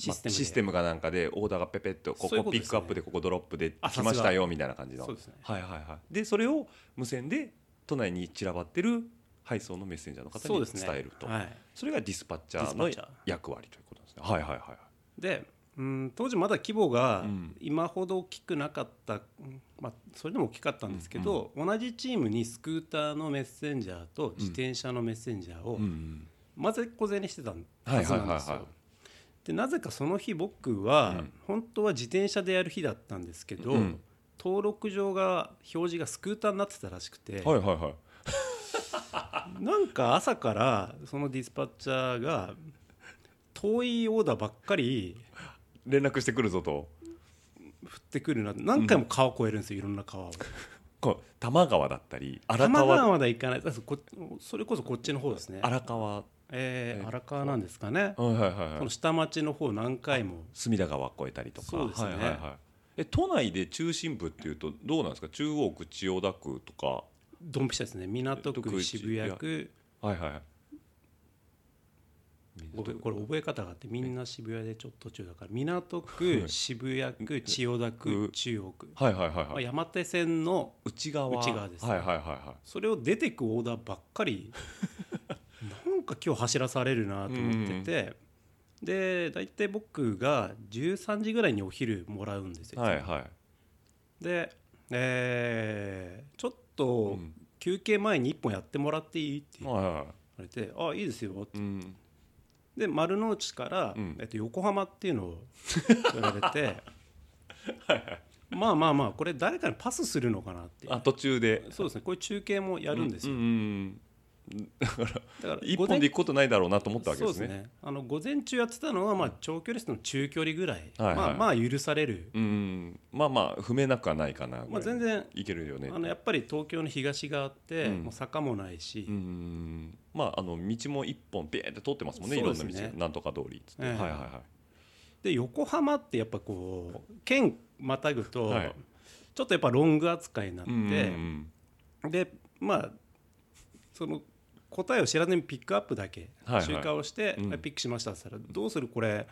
S3: システムで
S2: まあシステムかなんかでオーダーがペペッとこ
S3: そういう
S2: こ
S3: こと
S2: ピ
S3: ですね
S2: ックアップでここドロップで
S3: あ
S2: 来まし
S3: さ
S2: た
S3: す
S2: よみたいな感じの
S3: そうですね
S2: はいはいはいでそれを無線で都内に散らばってる配送のメッセンジャーの方
S3: そう
S2: に
S3: ですね
S2: 伝えるとそ,、
S3: はい、
S2: れがディスパッチャー
S3: デ
S2: の
S3: ィスパッチャー
S2: 役割ということですねはいはいはいはい
S3: でうん当時まだ規模が
S2: うん
S3: 今ほど大きくなかった、うんまあ、それでも大きかったんですけど、同じチームにスクーターのメッセンジャーと自転車のメッセンジャーを
S2: うん
S3: 混ぜこぜにしてたは
S2: はい
S3: ず
S2: はいは
S3: ないんです
S2: は
S3: よ。でなぜかその日僕は、
S2: うん
S3: 本当は自転車でやる日だったんですけど、
S2: うん
S3: 登録上が表示がスクーターになってたらしくて、
S2: いはいはいはい
S3: なんか朝からそのディスパッチャーが遠いオーダーばっかり
S2: 連絡してくるぞと
S3: 降ってくるな何回も川越えるんですよ、いろんな川を。
S2: こう多摩川だったり荒
S3: 多摩川
S2: 川
S3: まで行かないこそれこそこっちの方ですね、
S2: 荒川
S3: え
S2: え
S3: ー
S2: ー
S3: 荒川なんですかね、
S2: はいはいはい
S3: その下町の方何回も
S2: 隅田川越えたりとか
S3: そうですね
S2: はいはいはい、え都内で中心部っていうとどうなんですか中央区千代田区とか
S3: ドンピシャですね港
S2: えっと
S3: 区
S2: 区
S3: 渋谷区
S2: はいはいはい
S3: ごめんこれ覚え方があってみんな渋谷でちょっと中だから港区
S2: はい
S3: 渋谷区千代田区
S2: 区
S3: 中央区、
S2: はいはいはい
S3: ま
S2: は
S3: あ、
S2: い
S3: 山手線の
S2: 内側
S3: 内側ですね
S2: はいはいはいは
S3: それを出てくオーダーばっ かりなんか今日走らされるなと思ってて、で大体僕が13時ぐらいにお昼もらうんです
S2: い
S3: よ、
S2: はいはい
S3: で、えーちょっと
S2: うん
S3: 休憩前に1本やってもらっていいって言
S2: は
S3: わ
S2: いはいはい
S3: れて「あいいですよ」って
S2: うん
S3: で丸の内から、
S2: うん
S3: えっと、横浜っていうのを言われ てまあまあまあこれ誰かにパスするのかなっていう
S2: あ途中で
S3: そうですねこういう中継もやるんですよ、
S2: うんうん
S3: だから
S2: 一
S3: 午
S2: 本
S3: 前
S2: で行くことないだろうなと思ったわけです
S3: そう
S2: ね
S3: ですねあの午前中やってたのは、まあ、長距離の中距離ぐらい、
S2: はいはい
S3: まあまあ許される、
S2: うんまあまあ不明なくはないかなぐら
S3: まあ、
S2: い
S3: 全然
S2: いけるよね
S3: あのやっぱり東京の東側って、
S2: うん
S3: もう坂もないし、
S2: うんまああの道も一本ピエーって通ってますもんねい
S3: そう
S2: ろ
S3: で
S2: ん
S3: す
S2: な
S3: ね
S2: 道がなんとか通りっつって、
S3: ええ
S2: はいはいはい
S3: で横浜ってやっぱこう県またぐと、
S2: はい
S3: ちょっとやっぱロング扱いになって、
S2: うんうんうん
S3: でまあその答えを知らずにピックアップだけ
S2: はいはい
S3: 集荷をして、
S2: うん
S3: あピックしましたって言ったら「どうするこれ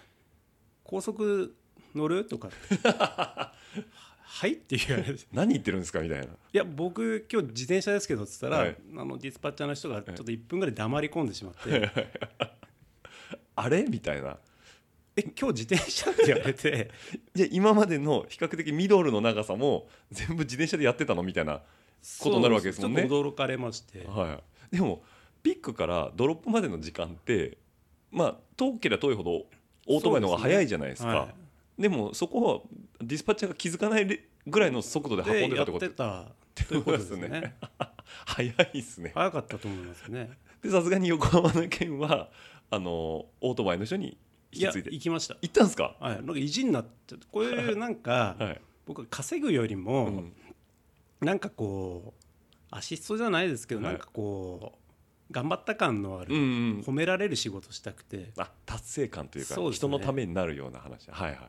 S3: 高速乗る?」と かって「はい?」って言われて。
S2: 何言ってるんですかみたいな。
S3: いや僕今日自転車ですけどっつったら、
S2: はい
S3: あのディスパッチャーの人がちょっと1分ぐらい黙り込んでしまって「
S2: あれみたいな。
S3: え今日自転車?」って言われて
S2: じゃあ今までの比較的ミドルの長さも全部自転車でやってたのみたいな。 ことになるわけですもんね
S3: そうちょっと驚かれまして、
S2: はい、でもピックからドロップまでの時間ってまあ遠ければ遠いほどオートバイの方が早いじゃないですかで
S3: は
S2: もそこはディスパッチャーが気づかないれぐらいの速度
S3: い、
S2: で運んで
S3: で
S2: たっ
S3: やって
S2: こと
S3: てたということですね
S2: ってことですね 早いっすね
S3: 早かったと思いますね
S2: でさすがに横浜の県はあのオートバイの人に
S3: い
S2: 引
S3: や
S2: き継いで
S3: 行きました
S2: 行ったんですか
S3: はい、なんか意地になっちゃってこういうなんか、
S2: はい、
S3: 僕は稼ぐより
S2: う
S3: も、
S2: ん、
S3: なんかこうアシストじゃないですけど、
S2: はい
S3: なんかこう頑張った感のある、
S2: うんうん
S3: 褒められる仕事したくて
S2: あ達成感というか
S3: そうです
S2: 人
S3: ね
S2: のためになるような話はいはい、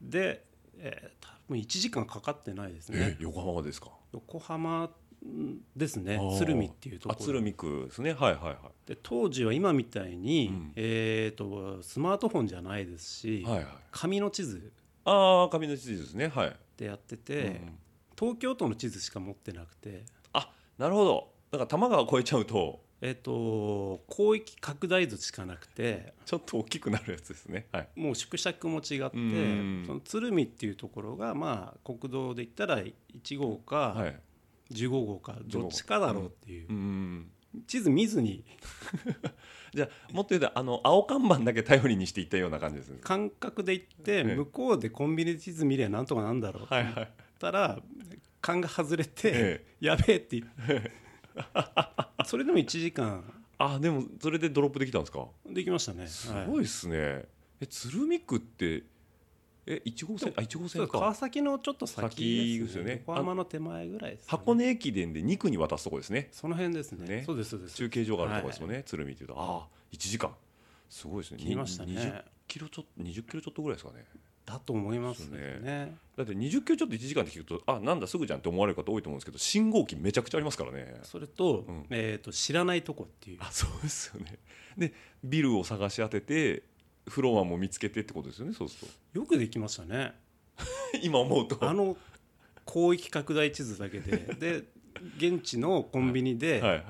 S3: で、えー多分1時間かかってないです
S2: え、
S3: ね
S2: 横浜ですか
S3: 横浜んですね
S2: あー
S3: 鶴見っていうとこ
S2: あ
S3: ろ
S2: 鶴見区ですねはいはいは
S3: で当時は今みたいに、
S2: うん
S3: えー、とスマートフォンじゃないですし、
S2: いはいはい
S3: 紙の地図
S2: ああ紙の地図ですねはい、
S3: でやって
S2: う
S3: て、
S2: んうん
S3: 東京都の地図しか持ってなくて、
S2: なるほどだから多摩川越えちゃうと
S3: えー、と広域拡大図しかなくて
S2: ちょっと大きくなるやつですねはい
S3: もう縮尺も違って、
S2: うん
S3: その鶴見っていうところがまあ国道で言ったら1号
S2: は
S3: か
S2: い
S3: 15号かどっちかだろうっていう
S2: う、ん
S3: 地図見ずに
S2: じゃあもっと言うとあの青看板だけ頼りにしていったような感じですね
S3: 感覚で行って
S2: ええ
S3: 向こうでコンビニで地図見りゃなんとかなんだろうって
S2: はい
S3: 言
S2: は
S3: っ
S2: い
S3: たら勘が外れて
S2: え
S3: やべえって言って それでも1時間
S2: あでもそれでドロップできたんですか
S3: できましたね
S2: す
S3: はい
S2: ごいですね、え鶴見区ってえ一号線あ一号
S3: そ
S2: 線
S3: う川
S2: か
S3: 崎のちょっと
S2: 先
S3: 先
S2: ですよね
S3: 横浜の手前ぐらいですね
S2: 箱根駅伝で2区に渡すとこですね
S3: その辺ですね
S2: ね
S3: そうですそうです
S2: 中継所があるとこですもんね、鶴見っていうとああ1時間すごいですね
S3: 来ました
S2: に20
S3: ね
S2: キロちょっと20キロちょっとぐらいですかね
S3: だと思います
S2: そうです
S3: ね
S2: だって20キロちょっと1時間って聞くとあなんだすぐじゃんって思われる方多いと思うんですけど信号機めちゃくちゃありますからね
S3: それと,、
S2: うん
S3: えー、と知らないとこっていう
S2: あそうですよねでビルを探し当ててフロアも見つけてってことですよねそうする
S3: よくできましたね
S2: と 今思うと
S3: あの広域拡大地図だけでで現地のコンビニで、
S2: はいはい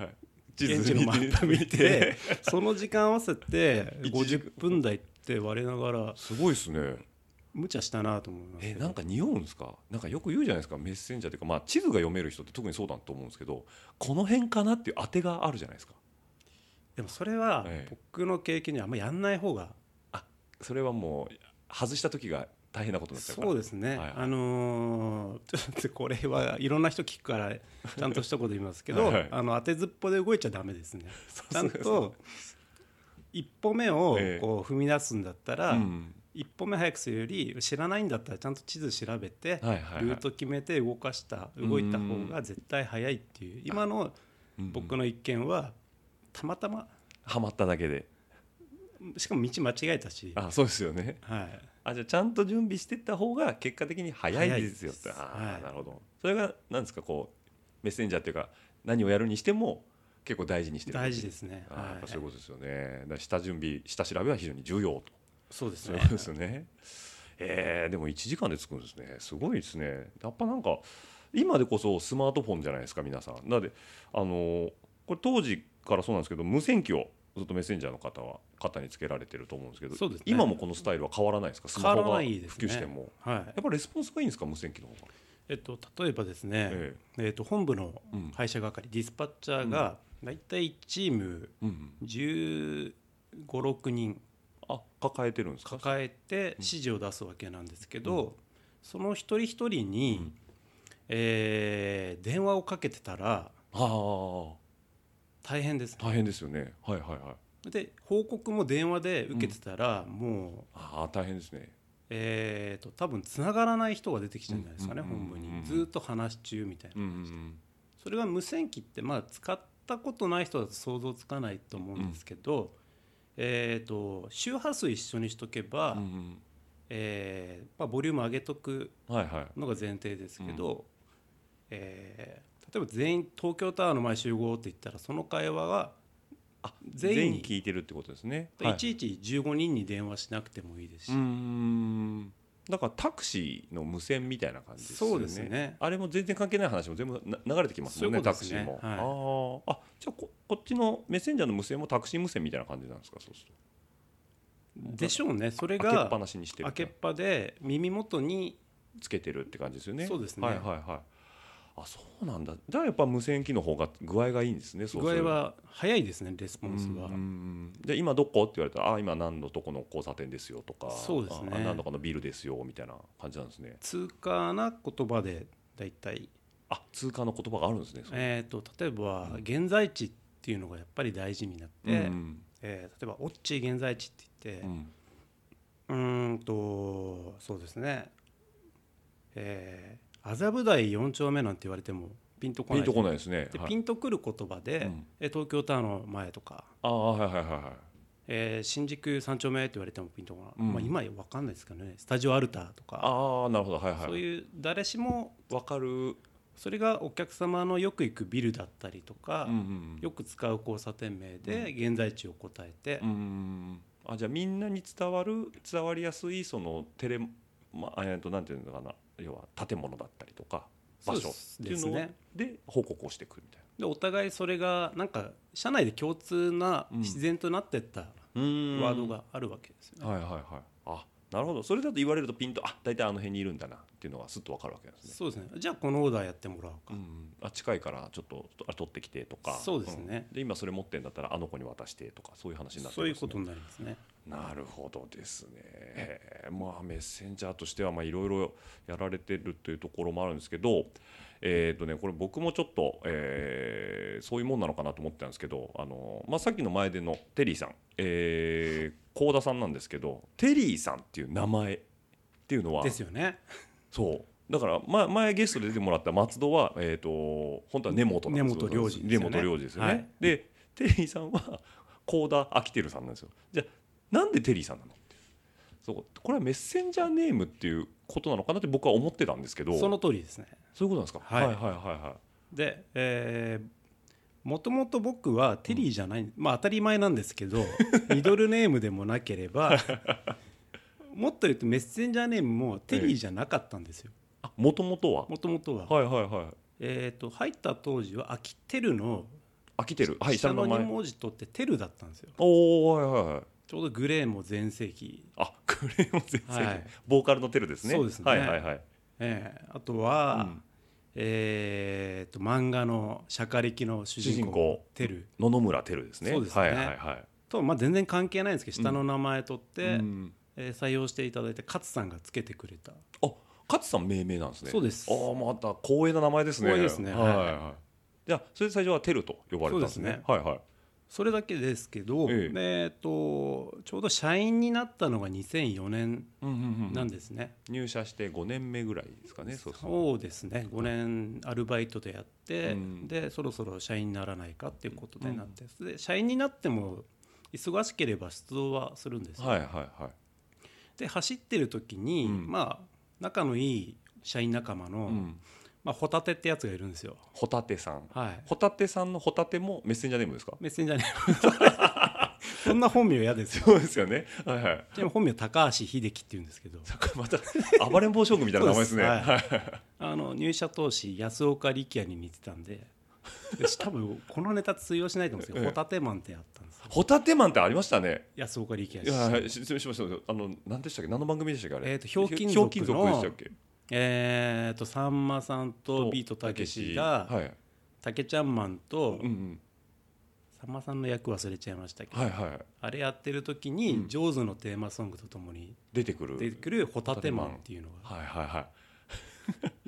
S2: 地
S3: 現
S2: 図
S3: 地の
S2: 見
S3: マップ
S2: て
S3: 見 てその時間合わせて
S2: 一時間
S3: 50分台って割れながら
S2: すごいですね
S3: 無茶したなと思います
S2: え
S3: けど
S2: なんか匂うんですかなんかよく言うじゃないですかメッセンジャーというか、まあ、地図が読める人って特にそうだと思うんですけどこの辺かなっていう当てがあるじゃないですか
S3: でもそれは
S2: ええ
S3: 僕の経験にはあんまやんない方が
S2: それはもう外した時が大変なことになっちゃうから
S3: そうですね、
S2: はいはい
S3: あのー ちょっとこれはいろんな人聞くからちゃんとしたこと言いますけど
S2: はいはい
S3: あの当てずっぽで動いちゃダメですね
S2: そう
S3: ちゃん
S2: そうそう
S3: と一歩目を
S2: ええ
S3: こう踏み出すんだったら、
S2: うん
S3: 一歩目早くするより知らないんだったらちゃんと地図調べて、
S2: はいはいはい
S3: ルート決めて動かした動いた方が絶対早いっていう今の
S2: うん
S3: 僕の一見はたまたま
S2: はまっただけで
S3: しかも道間違えたし、
S2: あそうですよね
S3: はい、
S2: あじゃあちゃんと準備していった方が結果的に早いですよって
S3: 早い
S2: あ
S3: です
S2: ー
S3: はい
S2: なるほどそれが何ですかこうメッセンジャーっていうか何をやるにしても結構大事にしてる
S3: 大事ですね。
S2: あーや
S3: は
S2: っぱ
S3: い、
S2: そういうことですよねだから下準備下調べは非常に重要と
S3: そうです
S2: そういう
S3: ね
S2: こと ですよね。えーでも1時間で着くんですねすごいですねやっぱなんか今でこそスマートフォンじゃないですか皆さんなのであのーこれ当時からそうなんですけど無線機をずっとメッセンジャーの方は肩につけられてると思うんですけど
S3: そうですね
S2: 今もこのスタイルは変わらないですかスマホ
S3: 変わ
S2: が
S3: ら
S2: 普
S3: ないですね
S2: 及しても、
S3: はい
S2: やっぱレスポンスがいいんですか無線機の方が、
S3: えっと、例えばですね、え
S2: え
S3: っと、本部の
S2: えうん
S3: 配車係、ディスパッチャーが大体チーム
S2: うんうん
S3: 15、6人
S2: あ抱えてるんですか
S3: 抱えて指示を出すわけなんですけど、その一人一人に、
S2: うん
S3: えー電話をかけてたら
S2: あー
S3: 大変です、
S2: 大変ですよねはいはいはい
S3: で報告も電話で受けてたら、もう、
S2: ああ大変ですね
S3: えー、と多分つながらない人が出てきちゃうんじゃないですかね、
S2: うんうんうんうん
S3: 本部にずーっと話中みたいな。
S2: うんうん
S3: それは無線機ってまあ使ったことない人だと想像つかないと思うんですけど、えー、と周波数一緒にしとけば、
S2: うんうん
S3: えーまあ、ボリューム上げとく
S2: うんはいはい
S3: のが前提ですけど、えー例えば全員東京タワーの前集合って言ったらその会話は
S2: あ
S3: 全員
S2: 全員聞いてるってことですね
S3: いちいち15人に電話しなくてもいいですし、
S2: うーんだからタクシーの無線みたいな感じですよね
S3: そうですね
S2: あれも全然関係ない話も全部な流れてきますもんね
S3: そうい
S2: タ
S3: う
S2: ク
S3: こと
S2: シ
S3: で
S2: ー
S3: すね
S2: も、あーあじゃあここっちのメッセンジャーの無線もタクシー無線みたいな感じなんですかそうする
S3: でしょうねそれ
S2: と開けっ
S3: が
S2: ぱなしにしてる
S3: 開けっぱで耳元に
S2: つけてるって感じですよね
S3: そうですね
S2: はいはいはいあそうなんだだからやっぱ無線機の方が具合がいいんですね
S3: 具
S2: そうする
S3: 合は早いですねレスポンス
S2: う
S3: は
S2: んうん。うんで今どこって言われたら「あ今何のとこの交差点ですよ」とか
S3: そうですね
S2: あ何のこのビルですよ」みたいな感じなんですね
S3: 通過な言葉で大体、
S2: あ通過の言葉があるんですねそれ
S3: えー、と例えば現在地っていうのがやっぱり大事になって、
S2: うん
S3: えー例えば「オッチー現在地」って言っ
S2: う
S3: て
S2: ん
S3: うーんとそうですねえー麻布台4丁目なんて言われてもピンとこ
S2: ピ
S3: ない
S2: ンとこないですね。
S3: で
S2: はい
S3: ピンとくる言葉で、
S2: うん
S3: え東京タワーの前とか、
S2: ああはいはいはいはい。
S3: えー新宿三丁目って言われてもピンとこない、
S2: うん
S3: まあ、今や分かんないですけどねスタジオアルターとか
S2: ああなるほどはいはい。
S3: そういう誰しも
S2: わかる。うん
S3: それがお客様のよく行くビルだったりとか、
S2: うん
S3: よく使う交差点名で現在地を答えて、
S2: うん。うん。あじゃあみんなに伝わる伝わりやすいそのテレまあえっとなんていうのかな要は建物だったりとか場所っていう
S3: そう
S2: の
S3: ですね
S2: で報告をしていくみたい
S3: でお互いそれがなんか社内で共通な
S2: うん
S3: 自然となってった
S2: な。うん
S3: ワードがあるわけですよね。
S2: はいはいはい。あなるほどそれだと言われるとピンとあ大体あの辺にいるんだなっていうのがすっとわかるわけですね。
S3: そうですねじゃあこのオーダーやってもらおう
S2: う
S3: か、
S2: ん、あ近いからちょっとあ取ってきてとか
S3: そうですね
S2: んで今それ持ってんだったらあの子に渡してとかそういう話になって
S3: そう
S2: ま
S3: い
S2: す
S3: うことになりますね。
S2: なるほどですねへえまあメッセンジャーとしてはまあいろいろやられてるというところもあるんですけどえーとね、これ僕もちょっと、えーそういうもんなのかなと思ってたんですけどあの、まあ、さっきの前でのテリーさん幸、えー、幸田さんなんですけどテリーさんっていう名前っていうのは
S3: ですよね。
S2: そうだから、ま、前ゲストで出てもらった松戸は、えー、と本当は根本なんですよ
S3: 根本良治です
S2: 根
S3: よね
S2: 本良治ですよね。
S3: はい
S2: でテリーさんは幸田昭輝さんなんですよ。じゃあなんでテリーさんなのってそうこれはメッセンジャーネームっていうことなのかなって僕は思ってたんですけど
S3: その通りですね。
S2: そういうことなんですか、
S3: はい
S2: はいはいは
S3: で、えー、もともと僕はテリーじゃない、まあ当たり前なんですけ どミドルネームでもなければもっと言うとメッセンジャーネームもテリーじゃなかったんですよ
S2: いもともとは
S3: もともとは、
S2: はいはいはい
S3: えー、と入った当時は「飽きてる」の
S2: 飽きてるはい下
S3: 下
S2: の
S3: の
S2: 名
S3: 2
S2: 前
S3: 文字取って「テル」だったんですよ
S2: おおはいはいはい
S3: ちょうどグレーも全盛期、
S2: あクレヨン先生、
S3: はい
S2: ボーカルのテルですね
S3: そうですね
S2: はいはいはい
S3: えーあとは、
S2: うん
S3: えー、と漫画の「釈迦力」の主人
S2: 主人
S3: 公
S2: 公
S3: テル
S2: 野々村テルですね
S3: そうですね
S2: はいはいはい
S3: と、まあ、全然関係ないんですけど下の名前取って、
S2: うん
S3: えー採用していただいて勝さんがつけてくれた
S2: あ、勝さん命名なんですね。
S3: そうです
S2: ああ、また光栄な名前ですね。
S3: 光栄ですね
S2: はいはい
S3: はい
S2: はい。じゃあ、それで最初はテルと呼ばれたんですね。
S3: そうですね
S2: はいはい。
S3: それだけですけど、
S2: ええ
S3: えーとちょうど社員になったのが2004年
S2: うんうん
S3: なんですね、
S2: 入社して5年目ぐらいですかね。そうそう。
S3: そうですね5年アルバイトでやって、
S2: うん
S3: でそろそろ社員にならないかっていうことでなって、で社員になっても忙しければ出動はするんですよ、
S2: はいはいはい。
S3: で走ってる時に、
S2: うん
S3: まあ仲のいい社員仲間の、
S2: うん
S3: まあ、ホタテってやつがいるんですよ
S2: ホタテさん。
S3: はい
S2: ホタテさんのホタテもメッセンジャーネームですか。
S3: メッセンジャーネーム そんな本名嫌ですよ
S2: そうですよね。はいはい。
S3: でも本名高橋秀樹っていうんですけど
S2: そっか また暴れん坊将軍みたいな名前ですね。
S3: そうです
S2: はい
S3: あの入社当時安岡力也に似てたんでで多分このネタ通用しないと思うんです け
S2: え
S3: ど
S2: え
S3: ホタテマンってあったんですよ
S2: ホタテマンってありましたね。
S3: 安岡力
S2: いや
S3: 也
S2: は
S3: 氏
S2: い、失礼しました。あの何でしたっけ？何の番組でしたっけあれ？
S3: えーとひょうきん
S2: ひ
S3: 族の
S2: ょうきん族でしたっけ？
S3: えー、とさんまさんとビートたけしが
S2: はい。
S3: たけちゃんマンと
S2: うんうん。
S3: さんまさんの役忘れちゃいましたけど、
S2: はいはい。
S3: あれやってる時
S2: う
S3: に
S2: ん
S3: 「ジョーズ」のテーマソングとともに
S2: 出てくる。
S3: 出てくるホタテマンっていうのが
S2: はいはいはい。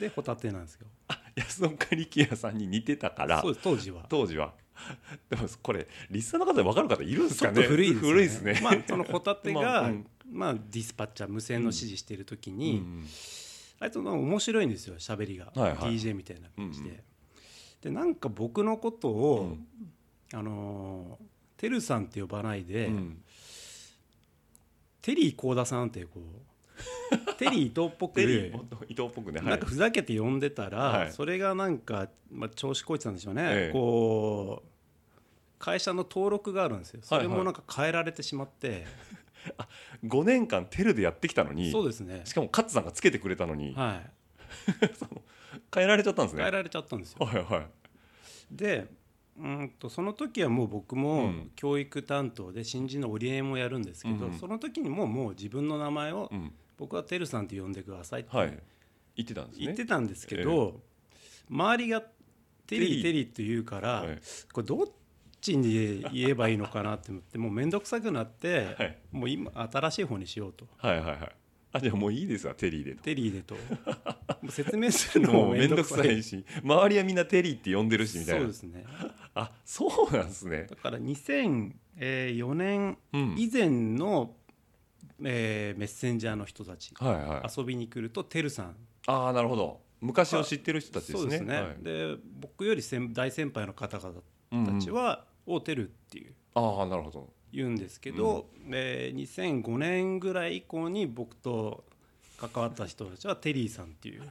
S3: でホタテなんですよ
S2: 安岡力也さんに似てたから
S3: そうです当時は
S2: 当時は でもこれリスナーの方で分かる方いるんです
S3: ちょ
S2: か
S3: っ
S2: ね
S3: と古いですね
S2: 古いですね、
S3: まあそのホタ テ
S2: まあう
S3: が
S2: ん
S3: まあディスパッチャー無線の指示してる時
S2: う
S3: に、
S2: ん
S3: あいつの面白いんですよ喋りが、
S2: はいはい
S3: DJ みたいな感じで、
S2: うんう
S3: でなんか僕のこと
S2: う
S3: を
S2: ん、
S3: あのーテルさんって呼ばないで、
S2: うん
S3: テリー幸田さんってこう テリー伊藤っぽく
S2: テリーもっと伊藤っぽくね、はい、
S3: なんかふざけて呼んでたら、
S2: はい
S3: それがなんか、まあ、調子こいてたんでしょうね、
S2: ええ
S3: こう会社の登録があるんですよそ
S2: は
S3: れ
S2: いは
S3: も
S2: い
S3: なんか変えられてしまって、
S2: 5年間テルでやってきたのに
S3: そうですね
S2: しかも勝さんがつけてくれたのに、
S3: はい
S2: その変えられちゃったんですね
S3: 変えられちゃったんですよ
S2: はいはい
S3: でうーんとその時はもう僕
S2: う
S3: も
S2: ん
S3: 教育担当で新人の折り合いもやるんですけど、
S2: うんうん
S3: その時にもうもう自分の名前を
S2: うん
S3: 僕は「てるさん」って呼んでくださいっ
S2: はい
S3: て
S2: 言ってたんですね
S3: 言ってたんですけど、周りが「テリー
S2: テ
S3: テリー」って言うから、
S2: はい
S3: これどっちに言えばいいのかなって思ってもう面倒くさくなって、
S2: はい
S3: もう今新しい方にしようと
S2: はいはいはいあじゃあもういいですわテリーで
S3: 「
S2: と
S3: テリー で」ともう説明するの
S2: も
S3: も
S2: うめ
S3: 面
S2: んど
S3: 倒
S2: く
S3: く
S2: さ
S3: さい
S2: いし周りはみんなテリーって呼んでるしみたい
S3: そう
S2: な
S3: ですね
S2: あそうなんですね
S3: だから2004年
S2: うん
S3: 以前の、えーメッセンジャーの人たち
S2: はいはい
S3: 遊びに来ると「てるさん
S2: ああなるほど昔を知ってる人たちで
S3: そ
S2: す
S3: うで
S2: ね。
S3: すね、
S2: はい
S3: で僕より先大先輩の方々たちは「オーテル」っていう
S2: ああなるほど。
S3: 言うんですけど、で2005年ぐらい以降に僕と関わった人たちはテリーさんっていう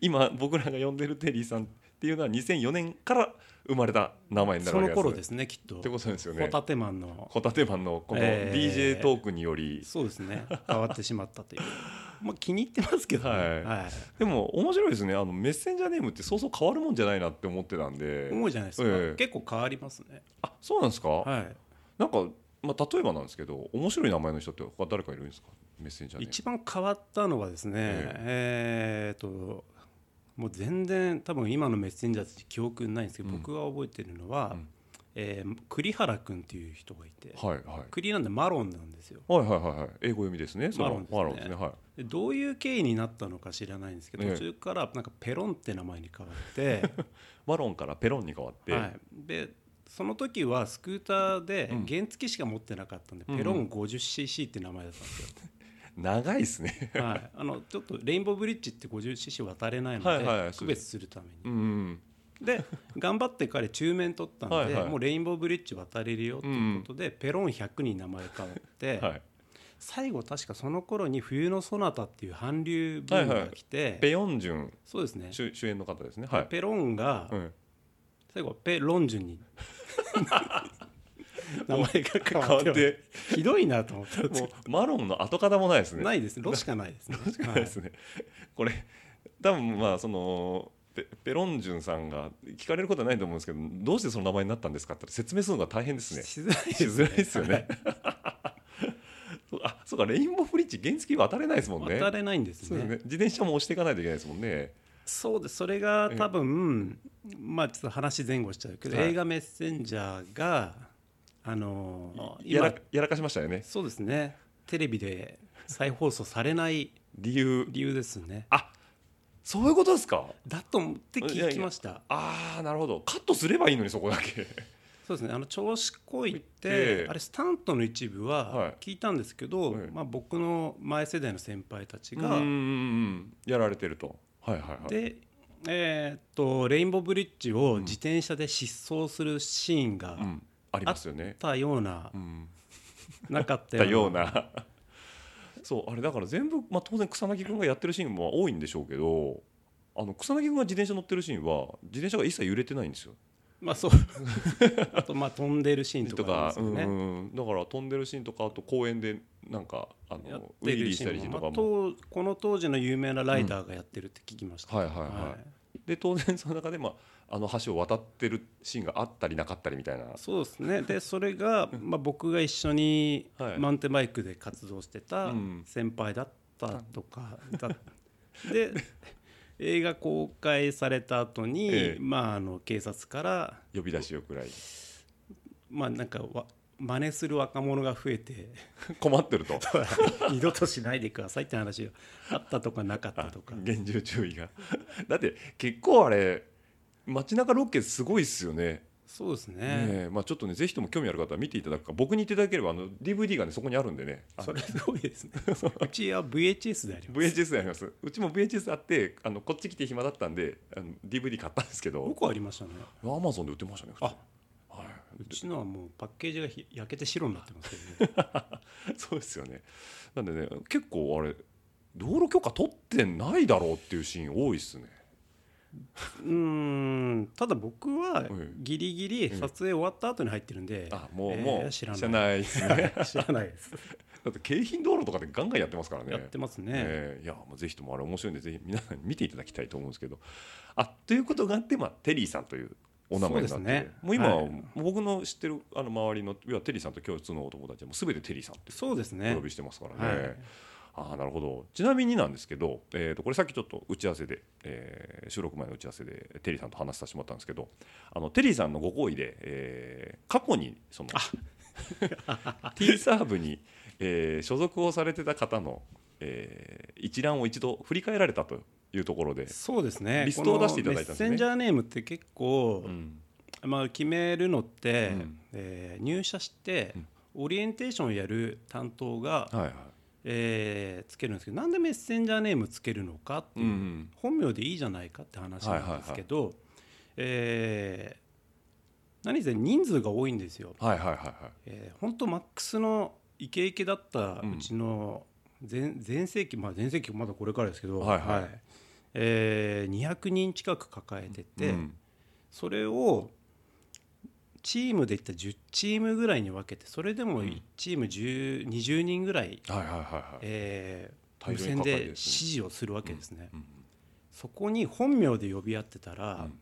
S2: 今僕らが呼んでるテリーさんっていうのは2004年から生まれた名前になる
S3: そ
S2: わけ
S3: の
S2: です
S3: 頃ですねきっと
S2: ってことですよね
S3: ホ。タテマンの
S2: ホタテマンのこの
S3: えー
S2: DJ トークにより、
S3: そうですね変わってしまった というまあ気に入ってますけどね、
S2: はいでも面白いですねあのメッセンジャーネームってそうそう変わるもんじゃないなって思ってたんで
S3: 思うじゃないですか、
S2: ええ
S3: 結構変わりますね
S2: あそうなんですか、
S3: はい
S2: なんか、まあ、例えばなんですけど面白い名前の人って他誰かいるんですかメッセンジャーネーム
S3: 一番変わったのはですね、えーっともう全然多分今のメッセンジャーって記憶にないんですけど、
S2: うん
S3: 僕が覚えてるのは、
S2: うん
S3: えー栗原君っていう人がいて、
S2: はいはい
S3: 栗なんでマロンなんですよ
S2: はいはいはいはい英語読みですねそのマ
S3: マ
S2: ロ
S3: ロ
S2: ン
S3: ン
S2: で
S3: です
S2: ね
S3: すね
S2: はい
S3: でどういう経緯になったのか知らないんですけど、
S2: ええ
S3: 途中からなんかペロンって名前に変わ って、
S2: マロンからペロンに変わって、
S3: はい、でその時はスクーターで
S2: うん
S3: 原付しか持ってなかったんで、
S2: うんうん
S3: ペロン 50cc って名前だったんですよ、
S2: 長いですね
S3: はい、あのちょっとレインボーブリッジって 50cc 渡れないので、
S2: はいはい
S3: 区別するために
S2: うんうん
S3: で頑張って彼中面取ったんで
S2: はいはい
S3: もうレインボーブリッジ渡れるよっていうことで、ペロン100に名前変わって、
S2: はい
S3: 最後確かその頃に「冬のソナタ」っていう韓流ブームが来て、
S2: ペヨンジュン
S3: そうですね
S2: 主主演の方ですねはい、
S3: ペロンが
S2: うん、
S3: 最後ペロンジ ュに名前が変
S2: 変わ
S3: わ
S2: っ
S3: って
S2: て
S3: ひどいなと思ったんです
S2: も
S3: け
S2: うマロンの跡形もないです
S3: ど
S2: ね
S3: ないですねロしかないですね
S2: そうですね、これ多分まあそのペペロンジュンさんが聞かれることはないと思うんですけどどうしてその名前になったんですかって説明するのが大変です
S3: はい
S2: ね
S3: しづらい
S2: しづらいですよね そうあそうかレインボーブリッジ原付渡れないですもんね
S3: 渡れないんです
S2: そうですね
S3: ね
S2: 自転車も押していかないといけないですもんね
S3: そうですそれが多分まあちょっと話前後しちゃうけど
S2: はい
S3: 映画「メッセンジャー」があのー
S2: や
S3: 今
S2: らやらかしましたよね
S3: そうですねテレビで再放送されない
S2: 理由
S3: 理由ですね
S2: あそういうことですか
S3: だと思って
S2: いやい
S3: 聞
S2: や
S3: きました
S2: ああなるほどカットすればいいのにそこだけ
S3: そうですねあの調子こいっ
S2: ええ
S3: てあれスタントの一部
S2: はい
S3: は聞いたんですけど、
S2: ええ
S3: まあ、僕の前世代の先輩たち
S2: うんうん
S3: が、
S2: うんやられてるとはいはいはい
S3: でえーっとレインボーブリッジを自転車で疾走するシーンが
S2: うん、ありますよね
S3: あったような、
S2: うん
S3: なかった
S2: ったよ
S3: よ
S2: う
S3: うな
S2: な そうあれだから全部、まあ、当然草薙君がやってるシーンも多いんでしょうけどあの草薙君が自転車乗ってるシーンは自転車が一切揺れてないんですよ。
S3: まあそう あとまあ飛んでるシーンと
S2: と
S3: かありま
S2: か、
S3: すよね、
S2: うんうんだから飛んでるシーンとかあと公園でなんかあ
S3: やっ
S2: のウ
S3: て
S2: ィリ
S3: る
S2: ー
S3: シ
S2: したり
S3: ー
S2: と
S3: ン
S2: か
S3: も、
S2: も、
S3: まあとこの当時の有名なライダーがやってるって聞きました、
S2: はいはいはい、で当然その中で、まあ、あの橋を渡ってるシーンがあったりなかったりみたいな。
S3: そうですねでそれが、まあ、僕が一緒に
S2: はい
S3: マウンテンバイクで活動してた
S2: うん
S3: 先輩だったとかだ で映画公開された後に、
S2: ええ
S3: まああの警察から
S2: 呼び出しをくらい
S3: まあなんかわ真似する若者が増 えて
S2: 困ってると
S3: 二度としないでくださいって話があったとかなかったとか
S2: 厳重注意が だって結構あれ街中ロケすごいっすよね
S3: そうですね
S2: ねえまあ、ちょっとねぜひとも興味ある方は見ていただくか僕に言っていただければあの DVD がねそこにあるんでねあ
S3: それすご いですねうちは VHS であります
S2: VHS でありますうちも VHS あってあのこっち来て暇だったんであの DVD 買ったんですけど
S3: 僕はありましたね
S2: アマゾンで売ってましたね普通
S3: あ
S2: は
S3: うちのはもうパッケージがひ焼けて白になってま すけど、ね、
S2: い、そうですよねなんでね結構あれ道路許可取ってないだろうっていうシーン多いっすね
S3: うーんただ僕は
S2: え
S3: ギリギリ撮影終わった後に入ってるんで、
S2: あもう、
S3: えー
S2: もう
S3: 知らない
S2: 知らないですね
S3: 知らないです、
S2: だって京浜道路とかでガンガンやってますからね
S3: やってますね、
S2: えーいやもうぜひともあれ面白いんでぜひ皆さんに見ていただきたいと思うんですけどあということがあって、まあ、テリーさんというお名前になって
S3: そうですね
S2: もう今、
S3: はい
S2: 僕の知ってるあの周りの要はテリーさんと共通のお友達はもう全てテリーさんって
S3: そうです
S2: お
S3: ね
S2: 呼びしてますからね。
S3: はい
S2: ああなるほどちなみになんですけど、えー、とこれさっきちょっと打ち合わせで、えー収録前の打ち合わせでテリーさんと話させてもらったんですけどあのテリーさんのご好意で、えー過去にその T サーブに、えー所属をされてた方の、えー一覧を一度振り返られたというところで、
S3: そうですね
S2: リストを出していただいたんですね
S3: このメッセンジャーネームって結構、
S2: うん
S3: まあ、決めるのって、
S2: うん
S3: えー入社して
S2: うん
S3: オリエンテーションをやる担当が、
S2: はいはい、
S3: えーつけるんですけどなんでメッセンジャーネームつけるのかって
S2: う
S3: い
S2: ん
S3: う、
S2: うん
S3: 本名でいいじゃないかって話なんですけど、えー何せ人数が多いんですよ。
S2: はいはいはいはい
S3: えー、本当マックスのイケイケだったうちの全全盛期まあ全盛期まだこれからですけど、
S2: はいはい
S3: えー200人近く抱えてて、
S2: うん
S3: それをチームでいったら10チームぐらいに分けてそれでも
S2: うん
S3: 1チーム10 20人ぐらい、
S2: はいはいはいはい
S3: えー
S2: 大
S3: 無
S2: 量に
S3: 線
S2: 抱えて
S3: で
S2: るん
S3: 指
S2: ですね
S3: 示をするわけですね。
S2: うん
S3: そこに本名で呼び合ってたら、
S2: うん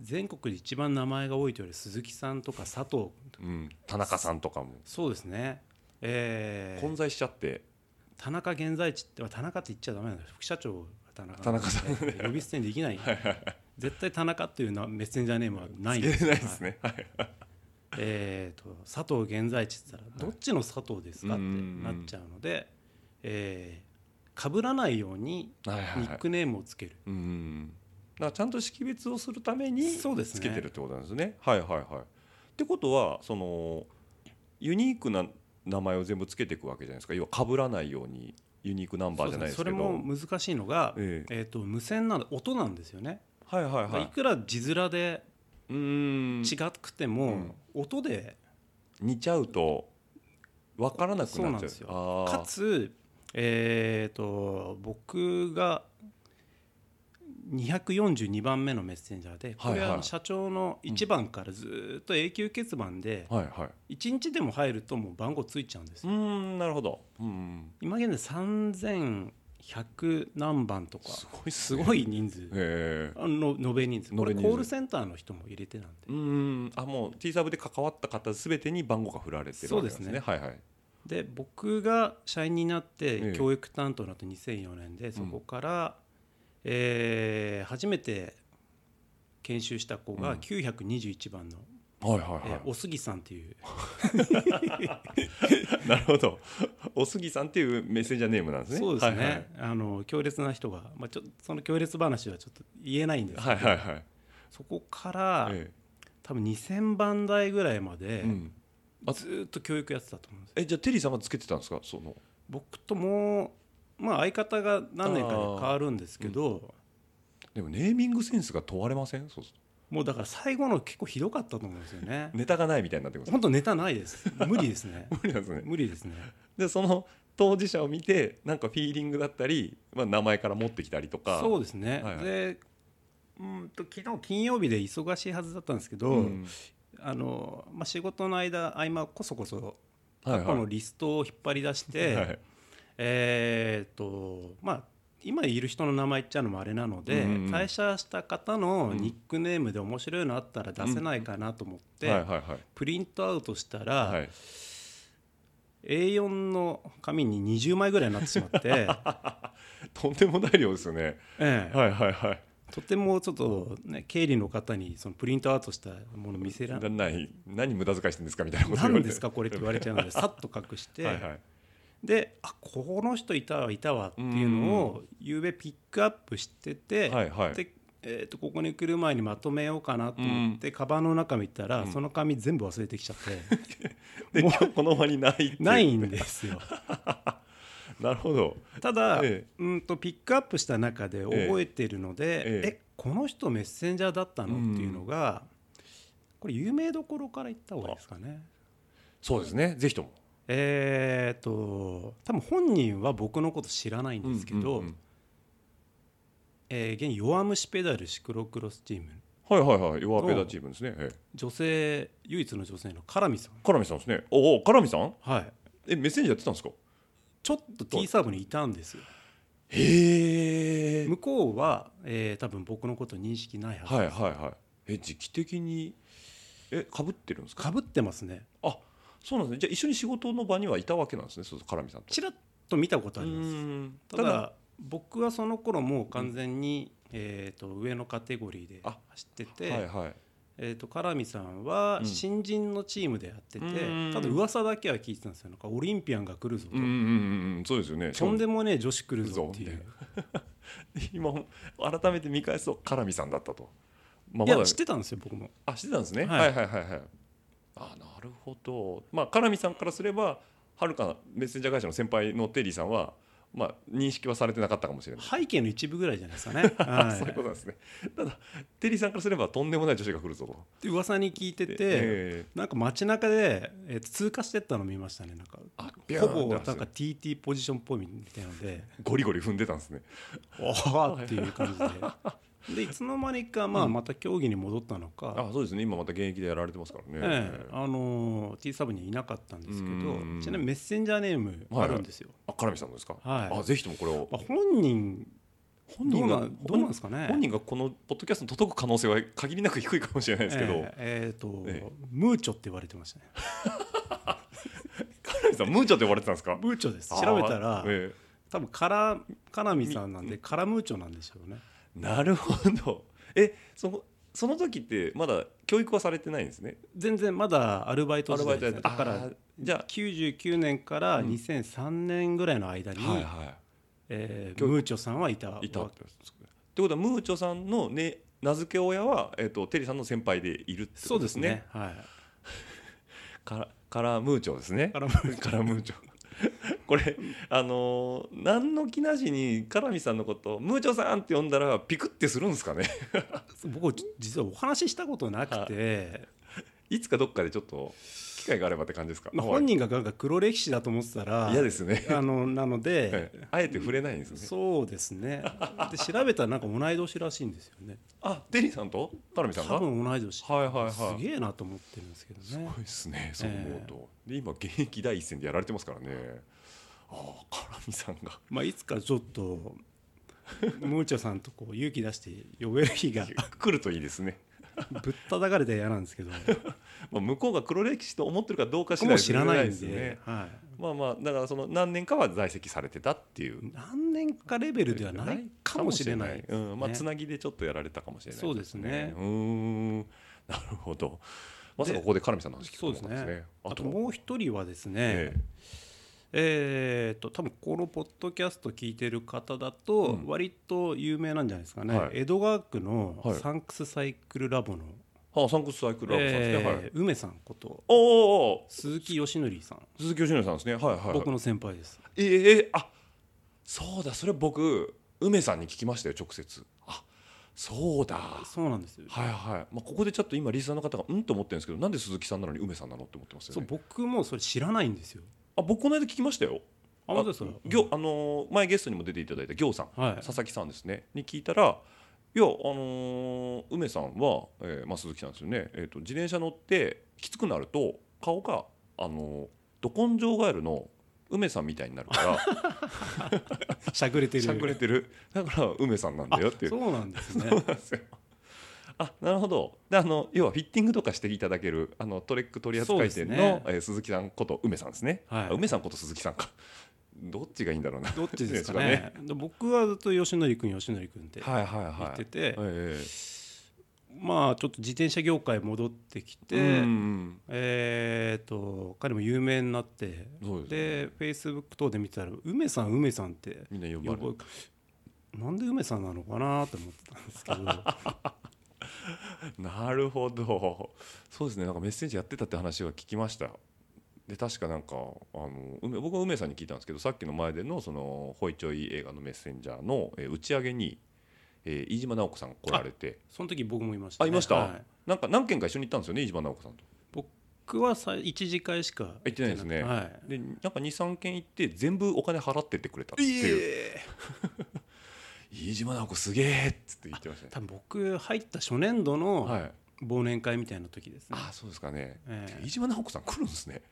S3: 全国で一番名前が多いというより鈴木さんとか佐藤
S2: うん田中さんとかも
S3: そうですね、えー
S2: 混在しちゃって
S3: 田中現在地って田中って言っちゃダメなんだよ副社長が田中
S2: 田中さん
S3: 呼び捨てにできない絶対田中っていうなメッセンジャーネームはない
S2: つけれないです
S3: はい
S2: ねはい
S3: えーと佐藤現在地って言ったらどっちの佐藤ですかって
S2: うん
S3: なっちゃうので、えー、被らないように
S2: はいはい
S3: ニ
S2: は
S3: ッ
S2: い
S3: クネームをつける、
S2: うんだからちゃんと識別をするために
S3: そうですね
S2: つけてるってことなんですね。はいはいはい。ってことはそのユニークな名前を全部つけていくわけじゃないですか要は被らないようにユニークナンバーじゃないです
S3: そ
S2: け
S3: うで
S2: ど
S3: すねそれも難しいのが、
S2: ええ
S3: えー、と無線なの音なんですよね、
S2: はいはいはい
S3: い、くら字面で
S2: うーん
S3: 違くても、
S2: うん
S3: 音で
S2: 似ちゃうと分からなく
S3: そうな
S2: なっちゃ
S3: んで
S2: う
S3: すよ
S2: あー
S3: かつえー、と僕が242番目のメッセンジャーでこれ
S2: はい
S3: は
S2: はい
S3: あの社長の1番からずーっと永久欠番で
S2: はいはい
S3: 1日でも入るともう番号ついちゃうんです
S2: う
S3: よ
S2: ーんなるほどうん
S3: 今現在3100何番とか
S2: すごいっす
S3: す
S2: ね
S3: ごい人数
S2: ええ
S3: あの延べ人数これ
S2: 延べ人数
S3: コールセンターの人も入れてなんで
S2: うーんあもう T サーブで関わった方すべてに番号が振られてるわけなんですね
S3: そうですね
S2: はいはい
S3: で僕が社員になっ
S2: え
S3: て
S2: え
S3: 教育担当になって2004年でそこから、えー初めて研修した子
S2: う
S3: が
S2: ん
S3: 921番の、
S2: はいはいはい、
S3: えーおすぎさんっていう
S2: なるほど。おすぎさんっていうメッセンジャーネームなんですね。
S3: そうですね、
S2: はい
S3: あの強烈な人が、まあ、ちょその強烈話はちょっと言えないんですけど、
S2: はいはいはいはい。
S3: そこから、
S2: え
S3: 多分2000番台ぐらいま
S2: え
S3: で、
S2: うんあ
S3: ずーっと教育やってたと思うんですよ
S2: えじゃあテリーさんがつけてたんですかその。
S3: 僕ともう、まあ、相方が何年かで変わるんですけど、
S2: でもネーミングセンスが問われません。そうそう
S3: もうだから最後の結構ひどかったと思うんです よね。
S2: ネタがないみたいになってくるんです
S3: 本当ネタないです。無理ですね。
S2: 無理なんですね。
S3: 無理ですね。
S2: でその当事者を見てなんかフィーリングだったり、まあ名前から持ってきたりとか。
S3: そう
S2: う
S3: ですね。
S2: はいはい
S3: で、うんと昨日金曜日で忙しいはずだったんですけど、
S2: うん
S3: あのまあ仕事の間合間こそこそ
S2: はい
S3: 過去
S2: は
S3: のリストを引っ張り出して、
S2: い。はい
S3: えーっとまあ今いる人の名前言っちゃうのもあれなので、
S2: うんうん
S3: 退社した方のニックネームで面白いのあったら出せないかなと思って、
S2: はいはいはい
S3: プリントアウトしたら、
S2: はい。
S3: A4 の紙に20枚ぐらいになってしまって、 え
S2: とんでもない量ですよね。
S3: え
S2: はいはいはい。
S3: とてもちょっと、ね、経理の方にそのプリントアウトしたもの見せられ
S2: ない何無駄遣いしてんですかみたいなこと言われ
S3: 何
S2: て。
S3: ですかこれって言われちゃう のでさっと隠して
S2: はいはい。
S3: であこの人いたわいたわっていうのをゆうべピックアップしてて、
S2: はいはい
S3: でえー、とここに来る前にまとめようかなと思って、カバンの中見たら、
S2: うん
S3: その紙全部忘れてきちゃっ
S2: で
S3: て
S2: 今日この場にないっていう
S3: ないんで すよ。
S2: なるほど。
S3: ただ、
S2: え
S3: うんとピックアップした中で覚えてるので、え
S2: ええ
S3: この人メッセンジャーだったのっていうのが、これ有名どころから言った方がいいですかね。
S2: そうですね。ぜひとも。
S3: えー、と多分本人は僕のこと知らないんですけ
S2: うん
S3: ど、
S2: うんうん
S3: えー現弱虫ペダルシクロクロスチーム
S2: はいはいはい、弱ペダチームですね。ええ
S3: 女性唯一の女性のカラミさん
S2: カラミさんですね。おお、カラミさん。
S3: はい
S2: え、メッセンジャーやってたんですか。
S3: ちょっと T サーブにいたんですよ
S2: へえ。
S3: 向こうは、えー多分僕のこと認識ないはず、
S2: はいはいはい。え、時期的に。え、被ってるんですか。
S3: かぶってますね
S2: あ、そうなんですね。じゃあ、一緒に仕事の場にはいたわけなんですね。そうそう、カラミさんと。
S3: ちらっと見たことあ
S2: う
S3: ります
S2: ーん
S3: ただ、僕はその頃もう完全に、えー、と上のカテゴリーで
S2: あ
S3: 走ってて、
S2: はいはい。
S3: えー、とカラミさんは
S2: うん
S3: 新人のチームでやってて、
S2: うん
S3: ただ噂だけは聞いてたんですよなんかオリンピアンが来るぞと、
S2: うんうんうんうん、そうですよね。
S3: とんでもねえ女子来るぞってい
S2: 来る
S3: う
S2: ぞ 今、改めて見返すと、カラミさんだったと。まあ、
S3: い
S2: まだ
S3: や知ってたんですよ僕も
S2: あしてたんですね、
S3: は
S2: はいい、はいはいはいあなるほどまあカラミさんからすればはるかメッセンジャー会社の先輩のテリーさんは、まあ、認識はされてなかったかもしれない。
S3: 背景の一部ぐらいじゃないですか ね。
S2: あ
S3: は
S2: そういうこと
S3: い、
S2: なんですね。ただ、テリーさんからすればとんでもない女子が来るぞと。
S3: って噂に聞いてて、
S2: え
S3: なんか街中で、えー通過してったの見ましたねなんか
S2: あ
S3: ほぼなんか
S2: なんか
S3: TT ポジションっぽいみたいなので
S2: ゴリゴリ踏んでたんですね。
S3: ああっていう感じででいつの間にか、まあ、また競技に戻ったのか、
S2: あそうですね、今また現役でやられてますからね。
S3: ええあのー、T サブにいなかったんですけ
S2: うん
S3: どちなみにメッセンジャーネームあるんですよ、
S2: あ、絡みさんどうですか。
S3: はい
S2: あ、ぜひともこれを。
S3: まあ本人
S2: 本人
S3: どうな
S2: が
S3: んどうなんですかね
S2: 本人がこのポッドキャストに届く可能性は限りなく低いかもしれないですけど、
S3: えええーと、
S2: ええ
S3: ムーチョって言われてましたね
S2: 絡みさんムーチョって呼ばれてたんですか。
S3: ムーチョです 調べた
S2: あ
S3: ら、
S2: ーえ
S3: 多分カラカナミさんなんでカラムーチョなんでしょうね
S2: えなるほど。 え、そのその時ってまだ教育はされてないんですね。
S3: 全然まだアルバイト時代ですね
S2: アルバ
S3: だか
S2: イトやって
S3: ら
S2: あーじゃあ
S3: 99年から
S2: うん
S3: 2003年ぐらいの間に、
S2: はいは
S3: えー
S2: 教育
S3: ムーチョさんはいた
S2: い。いたってことですね。ってことはムーチョさんのね名付け親はえっ、とテリーさんの先輩でいるってこ
S3: そ
S2: と
S3: うで
S2: ですす
S3: ね
S2: ね。
S3: はい
S2: からからムーチョですね
S3: カ。ラ ムーチョ
S2: カラムーチョ。これあのー何の気なしにカラミさんのことをムーチョさんって呼んだらピクってするんですかね
S3: 僕じ実はお話ししたことなくて、
S2: いつかどっかでちょっと機会があればって感じですか、
S3: まあ、本人がなんか黒歴史だと思ってたら
S2: 嫌ですね
S3: あのなの
S2: え
S3: で、
S2: えあえて触れないんですね
S3: そうですねで調べたらなんか同い年らしいんですよね
S2: あテリーさんとカラミさんが
S3: 多分同い年、
S2: はいはいはい
S3: すげえなと思ってるんですけど
S2: すご
S3: ね
S2: いですねそう思うと、で今現役第一線でやられてますからねああカラミさんが
S3: まあ、いつかちょっとムーチョさんとこう勇気出して呼べる 日が
S2: 来るといいですね、
S3: ぶったたかれたら嫌なんですけど
S2: まあ、向こうが黒歴史と思ってるかどうか
S3: 僕
S2: 次第
S3: も知らないん
S2: 触れ
S3: で、は
S2: まあまあだからその何年かは在籍されてたっていう
S3: い、何年かレベルではないかもしれないですね
S2: うんまあ、つなぎでちょっとやられたかもしれない
S3: そうですね
S2: うーんなるほどまさかここでカラミさんの話聞くと
S3: そう
S2: 思
S3: です
S2: わなかったです
S3: ね
S2: ね
S3: あと
S2: は
S3: もう一人はですね、
S2: ええ
S3: えー、と多分このポッドキャスト聞いてる方だと
S2: うん
S3: 割と有名なんじゃないですかね、
S2: はい
S3: 江戸川区の
S2: はい
S3: サンクスサイクルラボの、
S2: あサンクスサイクルラボさんですね、
S3: えー
S2: はい
S3: 梅さんこと
S2: おおお
S3: 鈴木よしのりさん、
S2: 鈴木よしのりさんですねはいはいはい、
S3: 僕の先輩です
S2: ええええあそうだそれ僕梅さんに聞きましたよ直接あそうだは
S3: そうなんですよ、
S2: いはい、まあ、ここでちょっと今リスナーの方がうんと思ってるんですけどなんで鈴木さんなのに梅さんなのって思ってますよ
S3: そう
S2: ね
S3: 僕もそれ知らないんですよ
S2: あ僕この間聞きましたよ
S3: あ本当ですか
S2: ぎょあのー前ゲストにも出ていただいた行さん、
S3: はい
S2: 佐々木さんですねに聞いたらいや、あのー梅さんは、えーまあ、鈴木さんですよね、えー、と自転車乗ってきつくなると顔が、あのーど根性ガエルの梅さんみたいになるから
S3: しゃくれてる
S2: しゃくれてるだから梅さんなんだよっていう
S3: そうなんですね
S2: そうなんですよあなるほどであの要はフィッティングとかしていただけるあのトレック取扱店の、
S3: そうですね
S2: えー鈴木さんこと梅さんですね、
S3: はい
S2: あ梅さんこと鈴木さんか どっちがいいんだろうな
S3: どっちですか
S2: です
S3: ねで僕はずっとよしのりくんよしのりくんって
S2: はいはいはい
S3: 言ってて、
S2: え
S3: まあちょっと自転車業界戻ってき
S2: え
S3: て、
S2: うんうん
S3: えー、と彼も有名になって
S2: そうですね
S3: でフェイスブック等で見てたら「梅さん梅さん」って
S2: みんな呼ば
S3: 呼
S2: れる
S3: ぶなんで梅さんなのかなと思ってたんですけど
S2: なるほどそうですねなんかメッセージやってたって話は聞きましたで確かなんかあの梅僕は梅さんに聞いたんですけどさっきの前でのそのホイチョイ映画のメッセンジャーの、えー打ち上げに、えー飯島直子さんが来られて
S3: その時僕もいました
S2: あ
S3: ね、
S2: いました、
S3: はい
S2: なんか何件か一緒に行ったんですよね飯島直子さんと
S3: 僕はさ一次会しか
S2: 行ってないですね
S3: 行ってなくては
S2: で
S3: い
S2: なんか23件行って全部お金払ってってくれたっていう、
S3: え
S2: 飯島直子すげえっつって言ってましたね
S3: 多分僕入った初年度
S2: は
S3: の
S2: い
S3: 忘年会みたいな時ですね、
S2: あそうですかね、
S3: ええ
S2: 飯島直子さん来るんですね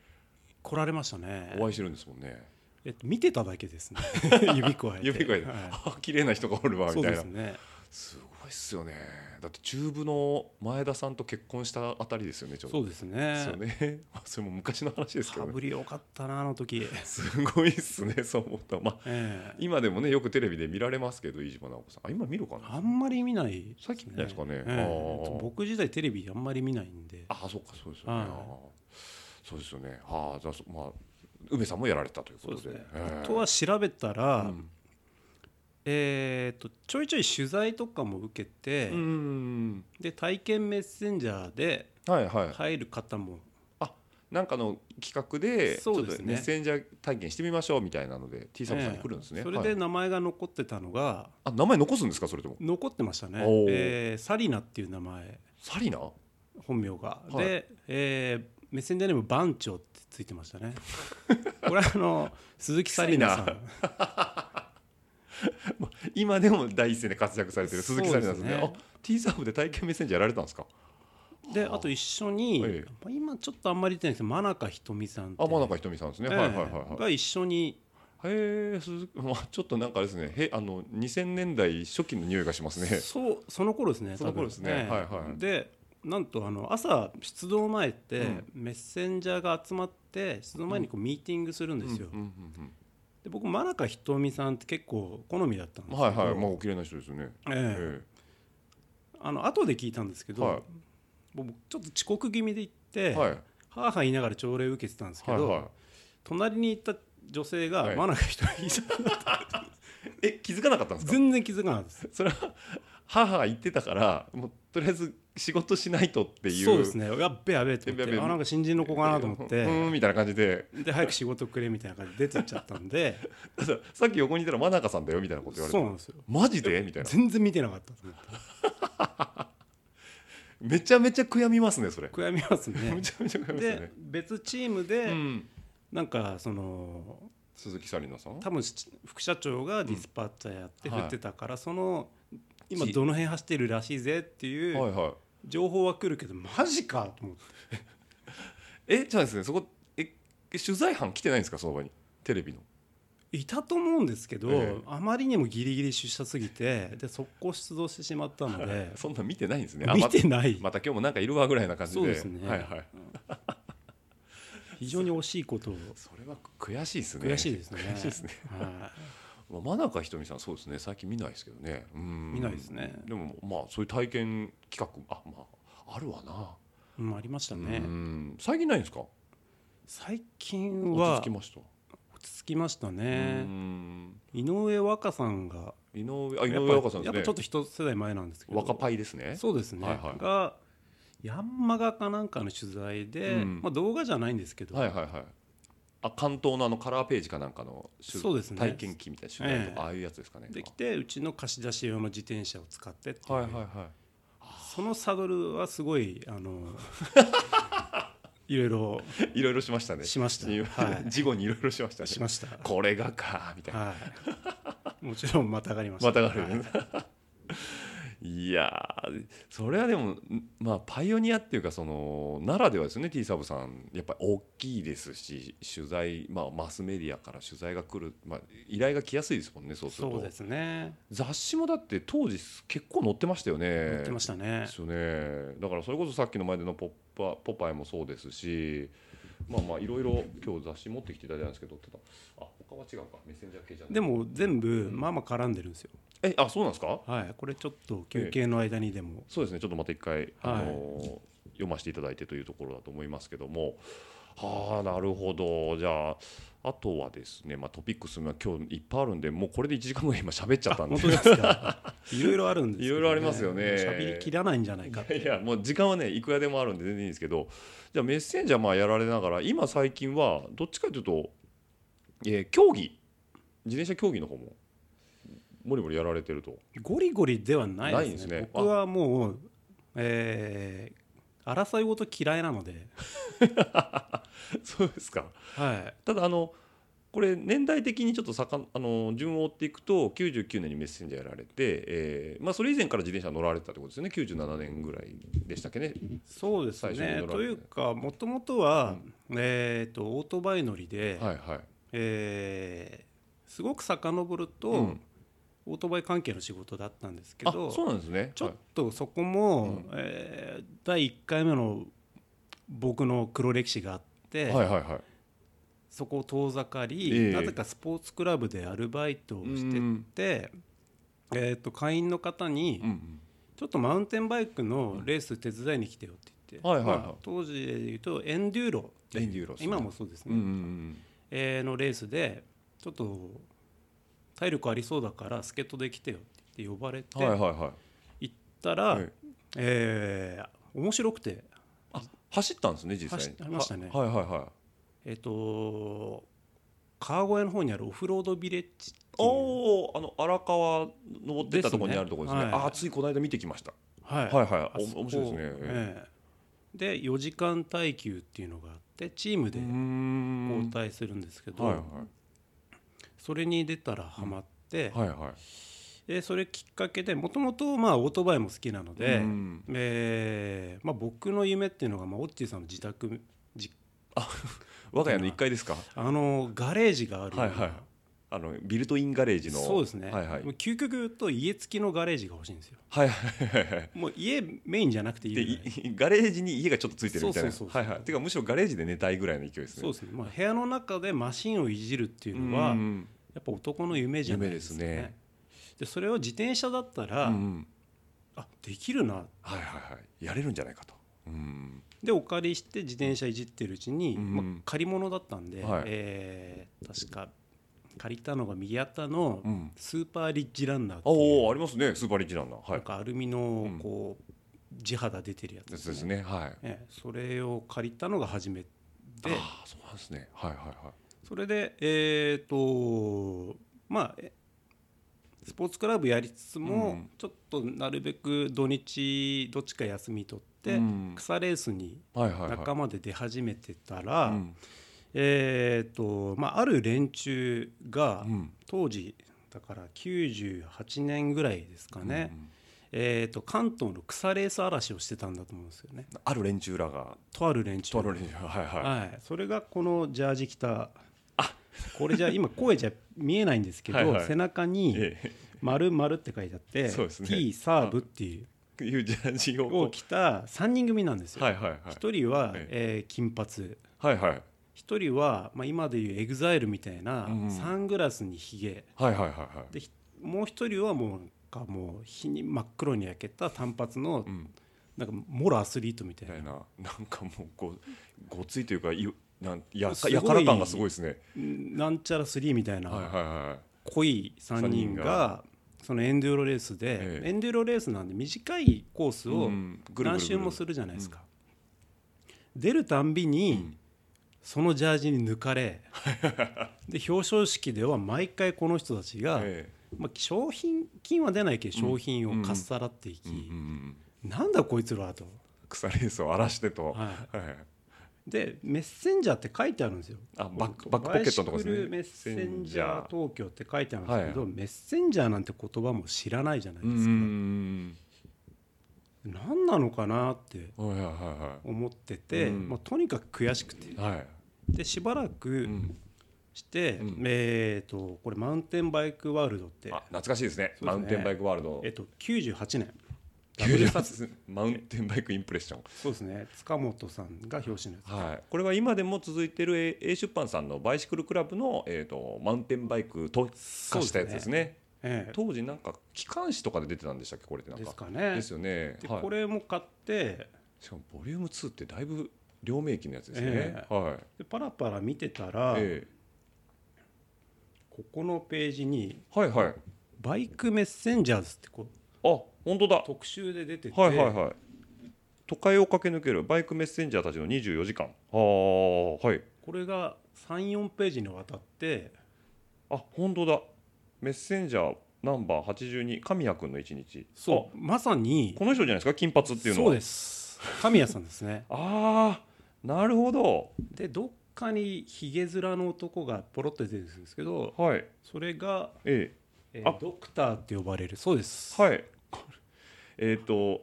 S3: 来られましたね
S2: お会いしてるんですもんね
S3: えっと、見てただけ ですね指加えて
S2: 指声で、
S3: はい
S2: あ綺麗な人がおるわ
S3: そ
S2: み
S3: う
S2: たい
S3: で
S2: な
S3: す
S2: す,、
S3: ね
S2: ごいっすよねだって中部の前田さんと結婚したあたりですよねちょう
S3: そ
S2: ど
S3: うですね
S2: ですよね まあそれも昔の話ですけ
S3: か
S2: どね
S3: ぶりよかったなあの 時、
S2: すごいっすねそう思ったまあ
S3: ええ
S2: 今でもねよくテレビで見られますけど飯島直子さんあ今見るかな
S3: あんまり見ない、ね、
S2: 最近見ないですかね
S3: え
S2: あ
S3: え
S2: ー
S3: 僕自体テレビあんまり見ないんで
S2: ああそうかそうですよね、
S3: はい
S2: あーそうですよねああじゃあそまあ梅さんもやられたという
S3: そ
S2: こ
S3: う
S2: と
S3: で
S2: で
S3: すね、
S2: ええ
S3: あとは調べたら、
S2: うん
S3: えー、とちょいちょい取材とかも受けて、
S2: うん
S3: で体験メッセンジャーで
S2: はいはい、
S3: 入る方も
S2: あなんかの企画でち
S3: そ
S2: ょ
S3: う
S2: っ
S3: ですね
S2: とメッセンジャー体験してみましょうみたいなので T サムさんに来るんですね、
S3: それ
S2: は
S3: で
S2: い
S3: 名前が残ってたのが
S2: あ名前残すんですかそれとも
S3: 残ってましたね
S2: おー、
S3: えーサリナっていう名前
S2: サリナ
S3: 本名が、
S2: はい
S3: で、えーメッセンジャーネーム番長ってついてました ねこれはあの鈴木サリナさん
S2: 今でも第一線で活躍されてる鈴木サリナさんで
S3: そうですね
S2: あ T サムで体験メッセンジャーやられたんですか
S3: であと一緒に、
S2: え
S3: 今ちょっとあんまり出てないんですけど真中ひとみさんって
S2: あ真中ひとみさんですね、
S3: ええ
S2: はいはいはいはい
S3: が一緒に
S2: へえ鈴木 まあちょっとなんかあれですねへあの2000年代初期の匂いがしますね
S3: そうその頃ですね
S2: その頃ですね
S3: 多分
S2: はいはい
S3: でなんとあの朝出動前って、
S2: うん
S3: メッセンジャーが集まって出動前にこうミーティングするんですよ、
S2: うんうん
S3: で僕真中ひとみさんって結構好みだったん
S2: う
S3: で
S2: んう
S3: す
S2: ん、
S3: けど、
S2: はいはいまあお綺麗な人ですよね、
S3: ええ
S2: え
S3: あの後で聞いたんですけど、
S2: はい
S3: 僕ちょっと遅刻気味で行って、
S2: えはい
S3: はあはあ言いながら朝礼受けてたんですけ
S2: はい
S3: ど、
S2: はい
S3: 隣に行った女性が
S2: はい
S3: 真中ひと みさん、
S2: え気づかなかったんですか
S3: 全然気づかなかったです
S2: それは母言ってたからもうとりあえず仕事しないとっていう
S3: そうですねやっべやべえと思っ
S2: や
S3: て
S2: っべやべえ
S3: あなんか新人の子かなと思って、
S2: うーんみたいな感じで
S3: で早く仕事くれみたいな感じで出てっちゃったん で
S2: だからさっき横にいたら真中さんだよみたいなこと言われて
S3: そうなんですよ
S2: マジでみたいな
S3: 全然見てなかったと思って
S2: めちゃめちゃ悔やみますねそれ、
S3: 悔やみま す
S2: め
S3: ね
S2: ちゃめちゃ悔やみます
S3: で
S2: ね、
S3: 別チーム
S2: う
S3: で
S2: ん、
S3: なんかその
S2: 鈴木紗理奈さん
S3: 多分し副社長がディスパッチャーやって
S2: うん
S3: 振ってたからその今
S2: き
S3: どの辺走ってるらしいぜってい
S2: は
S3: う
S2: いはい
S3: 情報は来るけどマジかと思って
S2: えじゃあですねそこえ取材班来てないんですかその場にテレビの
S3: いたと思うんですけ
S2: ええ
S3: どあまりにもギリギリ出社すぎてで速攻出動してしまったので
S2: そんなん見てないんですねあ
S3: 見てない
S2: またまた今日もなんかいるわぐらいな感じで
S3: そうですね
S2: はいはい
S3: 非常に惜しいことを
S2: それは悔しいですね
S3: 悔しいですね
S2: 悔しいですね
S3: はい
S2: まあ、真中ひとみさんそうですね最近見ないですけどねうん
S3: 見ないですね
S2: でもまあそういう体験企画あまああるわな、
S3: うんありました
S2: う
S3: ね
S2: ん最近ないんですか
S3: 最近
S2: 落
S3: は
S2: ち着きました、
S3: 落ち着きました
S2: う
S3: ね
S2: ん
S3: 井上和歌さんが
S2: 井上あ井
S3: やっ
S2: 上
S3: ぱ
S2: 若さんです
S3: やっ
S2: ね
S3: ぱちょっと一世代前なんですけど
S2: 若パイですね
S3: そうですね、
S2: はいはい
S3: がヤンマガかなんかの取材で、
S2: うん
S3: まあ、動画じゃないんですけど、
S2: はいはいはいあ関東のあのカラーページかなんかの取
S3: そうですね
S2: 体験記みたいな取材と
S3: え
S2: か、
S3: え
S2: ああいうやつですかね
S3: できてうちの貸し出し用の自転車を使ってっていう
S2: はいはいはい
S3: そのサドルはすごいあのいろいろ
S2: いろいろしましたね。
S3: しました
S2: いろいろ
S3: は い
S2: 事後にいろいろしましたね。
S3: しました。
S2: これがかみたいな。
S3: はい、もちろんまたがりました。
S2: またがる
S3: はい
S2: ね。いやーそれはでもんまあパイオニアっていうかそのならではですよね T サブさんやっぱり大きいですし取材、まあ、マスメディアから取材が来る、まあ、依頼が来やすいですもんねそうすると
S3: そうですね。
S2: 雑誌もだって当時結構載ってましたよね
S3: 言ってましたね
S2: です。よねだからそれこそさっきの前でのポッパ「ポパイ」もそうですしまあまあいろいろ今日雑誌持ってきていただいたんですけどただあ他は違うかメッセンジャー系じゃない
S3: でも全部まあまあ絡んでるんですよ。
S2: えあそうなんですか
S3: はい、これちょっと休憩の間にでも、
S2: そうですねちょっとまた一回、あのー読ませていただいてというところだと思いますけどもはあなるほどじゃああとはですね、まあ、トピックスも今日いっぱいあるんでもうこれで1時間ぐらい今喋っちゃったんで
S3: 本当です か。いろいろあるんですけ
S2: い
S3: ど
S2: ろいろありますよね
S3: 喋りきらないんじゃないかって。
S2: いやもう時間はねいくらでもあるんで全然いいんですけどじゃあメッセンジャーまあやられながら今最近はどっちかというと、えー競技自転車競技の方ももりもりやられて ると
S3: ゴリゴリではないですね。
S2: ないですね
S3: 僕はもう、えー、争いごと嫌いなので、
S2: そうですか
S3: はい。
S2: ただあのこれ年代的にちょっとさかあの順を追っていくと99年にメッセンジャーやられて、えーまあ、それ以前から自転車乗られてたってことですよね97年ぐらいでしたっけね
S3: そうです
S2: 最初に乗ら
S3: ね
S2: れ。て
S3: というか、もともとは、えー、とオートバイ乗りで、
S2: はいはい
S3: えーすごく遡ると、
S2: うん
S3: オートバイ関係の仕事だったんですけ
S2: あ
S3: ど、
S2: そうなんですね
S3: ちょ
S2: は
S3: っ
S2: い
S3: とそこも、
S2: うん
S3: えー第1回目の僕の黒歴史があって、
S2: はいはいはい
S3: そこを遠ざかり、
S2: ええ
S3: なぜかスポーツクラブでアルバイトをしてって、えー、と会員の方に、
S2: うん
S3: ちょっとマウンテンバイクのレース手伝いに来てよって言って、
S2: はいはいはい
S3: まあ当時で言うとエンデューロ
S2: エンデューロですね
S3: 今もそうです
S2: うんう
S3: ね、
S2: んうん
S3: えーのレースでちょっと体力ありそうだから助っ人で来てよって呼ばれて
S2: はいはいはい
S3: 行ったら、
S2: はい
S3: えー面白くて
S2: 走ったんですね実際に
S3: 走りましたね
S2: ははいはいはい
S3: えっと川越の方にあるオフロードビレッジっていう
S2: おおあの荒川登ってったところにあるところですね
S3: ですねはい
S2: あーついこの間見てきました
S3: はい
S2: はいはい
S3: あそこ
S2: お面白いですね
S3: ええで4時間耐久っていうのがあってチーム
S2: う
S3: で
S2: ー
S3: 交
S2: ん
S3: 代するんですけど、
S2: はい
S3: それに出たらハマって、
S2: はいはいはい
S3: でそれきっかけでもともとまあオートバイも好きなので、
S2: うん
S3: えーまあ、僕の夢っていうのが、まあ、オッチーさんの自宅じ
S2: 我が家の1階ですか
S3: あのガレージがあるような
S2: はいはいあのビルトインガレージの
S3: そうですね、
S2: はいはい
S3: もう究極言うと家付きのガレージが欲しいんですよ
S2: はいはいはいはい
S3: もう家メインじゃなくていい
S2: で
S3: ぐらい
S2: いガレージに家がちょっとついてるみたいな
S3: そうそうそうそ
S2: は
S3: う
S2: いはいてかむしろガレージで寝たいぐらいの勢いです
S3: そう
S2: ね
S3: ですね、まあ、部屋の中でマシンをいじるっていうのは、
S2: うん
S3: やっぱ男の夢じゃないですかね
S2: 夢
S3: で
S2: ですね
S3: それを自転車だったら、
S2: うん
S3: あできるな
S2: はいはいはいやれるんじゃないかとうん
S3: でお借りして自転車いじってるうちに、
S2: うん
S3: まあ、借り物だったんで、
S2: はい
S3: えー確か借りたのが右肩の
S2: うん
S3: スーパーリッジランナーっていう、
S2: おおありますねスーパーリッチランナーは
S3: ないんかアルミのこう、地肌出てるやつ
S2: で
S3: ですす
S2: で
S3: ね
S2: すねはい
S3: ええそれを借りたのが初めてで
S2: ああそうなんですねはいはいはい
S3: それでえっ、とまあえスポーツクラブやりつつも、
S2: うん
S3: ちょっとなるべく土日どっちか休み取って、
S2: うん
S3: 草レースに
S2: はいはいはい
S3: 仲間で出始めてたら、
S2: うん
S3: えっ、とまあある連中が、
S2: うん
S3: 当時だから98年ぐらいですかね、
S2: うん
S3: えー、と関東の草レース嵐をしてたんだと思うんですよね
S2: ある連中らが
S3: とある連中
S2: とある連中はいは
S3: はい、それがこのジャージ着たこれじゃ今声じゃ見えないんですけど
S2: はいはい
S3: 背中
S2: い
S3: に
S2: え
S3: 「丸丸って書いてあって
S2: そうですね
S3: T サーブ」っていう
S2: えいうジャージを
S3: を
S2: こ
S3: 着た3人組なんです
S2: う
S3: よ。
S2: はいはいはい
S3: 1人は、
S2: え
S3: えー金髪
S2: はいはい
S3: 1人は、まあ、今でいうエグザイルみたいな
S2: うん
S3: サングラスにひげ
S2: はいはいはいは
S3: でひもう1人はもうなんかもう日に真っ黒に焼けた短髪の
S2: いうん
S3: なんかモラアスリートみた
S2: み
S3: いな
S2: たいななんかもうこうごついというかいなんや
S3: すご
S2: か
S3: い
S2: やから感がすごいですね
S3: なんちゃら3みたいな。
S2: はいはいはい
S3: 濃い3人
S2: 三人が
S3: がそのエンデューロレースで、
S2: ええ
S3: エンデューロレースなんで短いコース
S2: う
S3: を
S2: んぐるぐるぐる
S3: 何周もするじゃないですか、出るたんびに、
S2: うん
S3: そのジャージに抜かれで表彰式では毎回この人たちが、
S2: え
S3: まあ、商品金は出ないけど商品
S2: うん
S3: をかっさらっていき、
S2: えうんうんうん
S3: なんだこいつらはと、
S2: 草レースを荒らしてと
S3: は
S2: はい
S3: い、でメッセンジャーって書いてあるんですよ
S2: あバックバックポケットのとこですね
S3: バイシクルメッセンジャー東京って書いてあるんですけど、
S2: は
S3: メッセンジャーなんて言葉も知らないじゃないうです
S2: ん
S3: か、何なのかなって
S2: うんうんはいはいは
S3: 思ってて、
S2: うん
S3: まあ、とにかく悔しくて
S2: いはいはい
S3: でしばらく
S2: うん
S3: して、
S2: うん
S3: えー、とこれマウンテンバイクワールドって
S2: あ、懐かしいですね
S3: そうですね
S2: マウンテンバイクワールド
S3: えっと98年ダブルサツ
S2: 98マウンテンバイクインプレッション
S3: そうですね塚本さんが表紙のやつ、
S2: はい、これは今でも続いてる A- A 出版さんのバイシクルクラブの、えー、とマウンテンバイク特化したやつですね
S3: え
S2: 当時なんか機関誌とかで出てたんでしたっけこれって
S3: え
S2: なんか
S3: ですか
S2: で
S3: ね
S2: すよね
S3: で
S2: はい
S3: これも買って
S2: しかもボリューム2ってだいぶ両名機のやつですね、
S3: え
S2: はい
S3: でパラパラ見てたら、
S2: え
S3: ここのページに
S2: えはいはい
S3: 「バイクメッセンジャーズ」ってこう
S2: あ本当だは
S3: 特集で出てて、
S2: いはいはい都会を駆け抜けるバイクメッセンジャーたちの24時間あーはい
S3: これが34ページにわたって
S2: あ本当だメッセンジャーナンバー82神谷君の一日
S3: そうまさに
S2: あこの人じゃないですか金髪っていうのは
S3: そうです神谷さんですね
S2: ああなるほど
S3: でどっかにひげ面の男がポロッと出てるんですけど
S2: はい
S3: それが、
S2: え
S3: え
S2: あ
S3: ー、ドクターって呼ばれるそうです、
S2: えはいこれえっ、と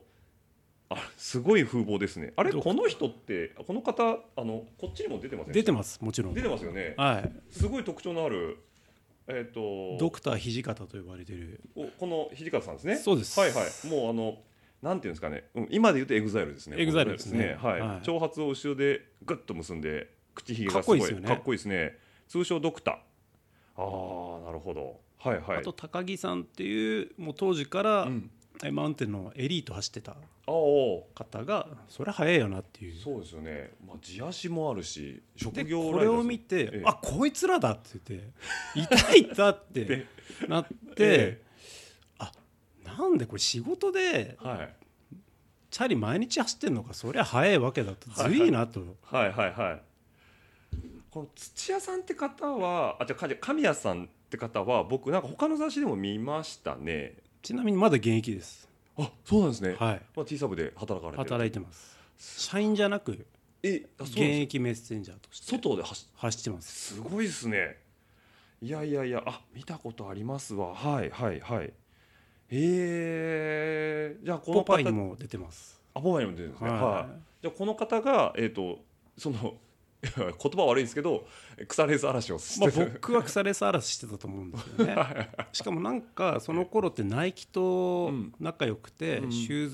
S2: あすごい風貌ですねあれ
S3: どう
S2: この人ってこの方あのこっちにも出てません
S3: 出て
S2: ま
S3: ますもちろん
S2: 出てますよね
S3: はい
S2: すごい特徴のあるえっ、と
S3: ドクター土方と呼ばれてる
S2: おこの土方さんですね
S3: そうです
S2: はいはいもうあのなんていうんですかね、うん、今で言うとエグザイルですね
S3: EXILE ですね
S2: この方はい、
S3: はい
S2: 長髪を後ろでグッと結んで口ひげがすごい
S3: かっこいいですよね
S2: かっこいいですね通称ドクターああなるほどはいはい
S3: あと高木さんっていうもう当時から、
S2: うん、
S3: えマウンテンのエリート走ってた
S2: ああ
S3: 方がそれ早いよなっていう
S2: そうですよね、まあ、地足もあるし職
S3: で
S2: 業ライ
S3: こ
S2: ダー
S3: れを見て、
S2: ええ
S3: あこいつらだって言って「いたいた」 って
S2: で
S3: なって、
S2: え
S3: あなんでこれ仕事で
S2: はい
S3: チャリ毎日走ってんのかそりゃ速いわけだとずいいなと、
S2: はいはいはいこの土屋さんって方はあじゃあ神谷さんって方は僕なんか他の雑誌でも見ましたね
S3: ちなみにまだ現役です
S2: あそうなんですね、
S3: はい
S2: まあ、T サブで働かれて
S3: 働いてます社員じゃなく
S2: えあそう
S3: 現
S2: なんです
S3: 役メッセンジャーとして
S2: 外で走っ
S3: 走ってます
S2: すごいですねいやいやいやあ見たことありますわはいはいはいへえじゃあこの
S3: ポ
S2: 方
S3: パイにも出てます
S2: あポパイにも出てるんですね
S3: は
S2: はいい、じゃあこの方がえっ、とその 言葉悪いんですけど腐れず嵐をし
S3: まあ
S2: てる、
S3: 僕は腐れさ嵐してたと思うんです よねしかもなんかその頃ってナイキと仲良くて、
S2: うん
S3: シュー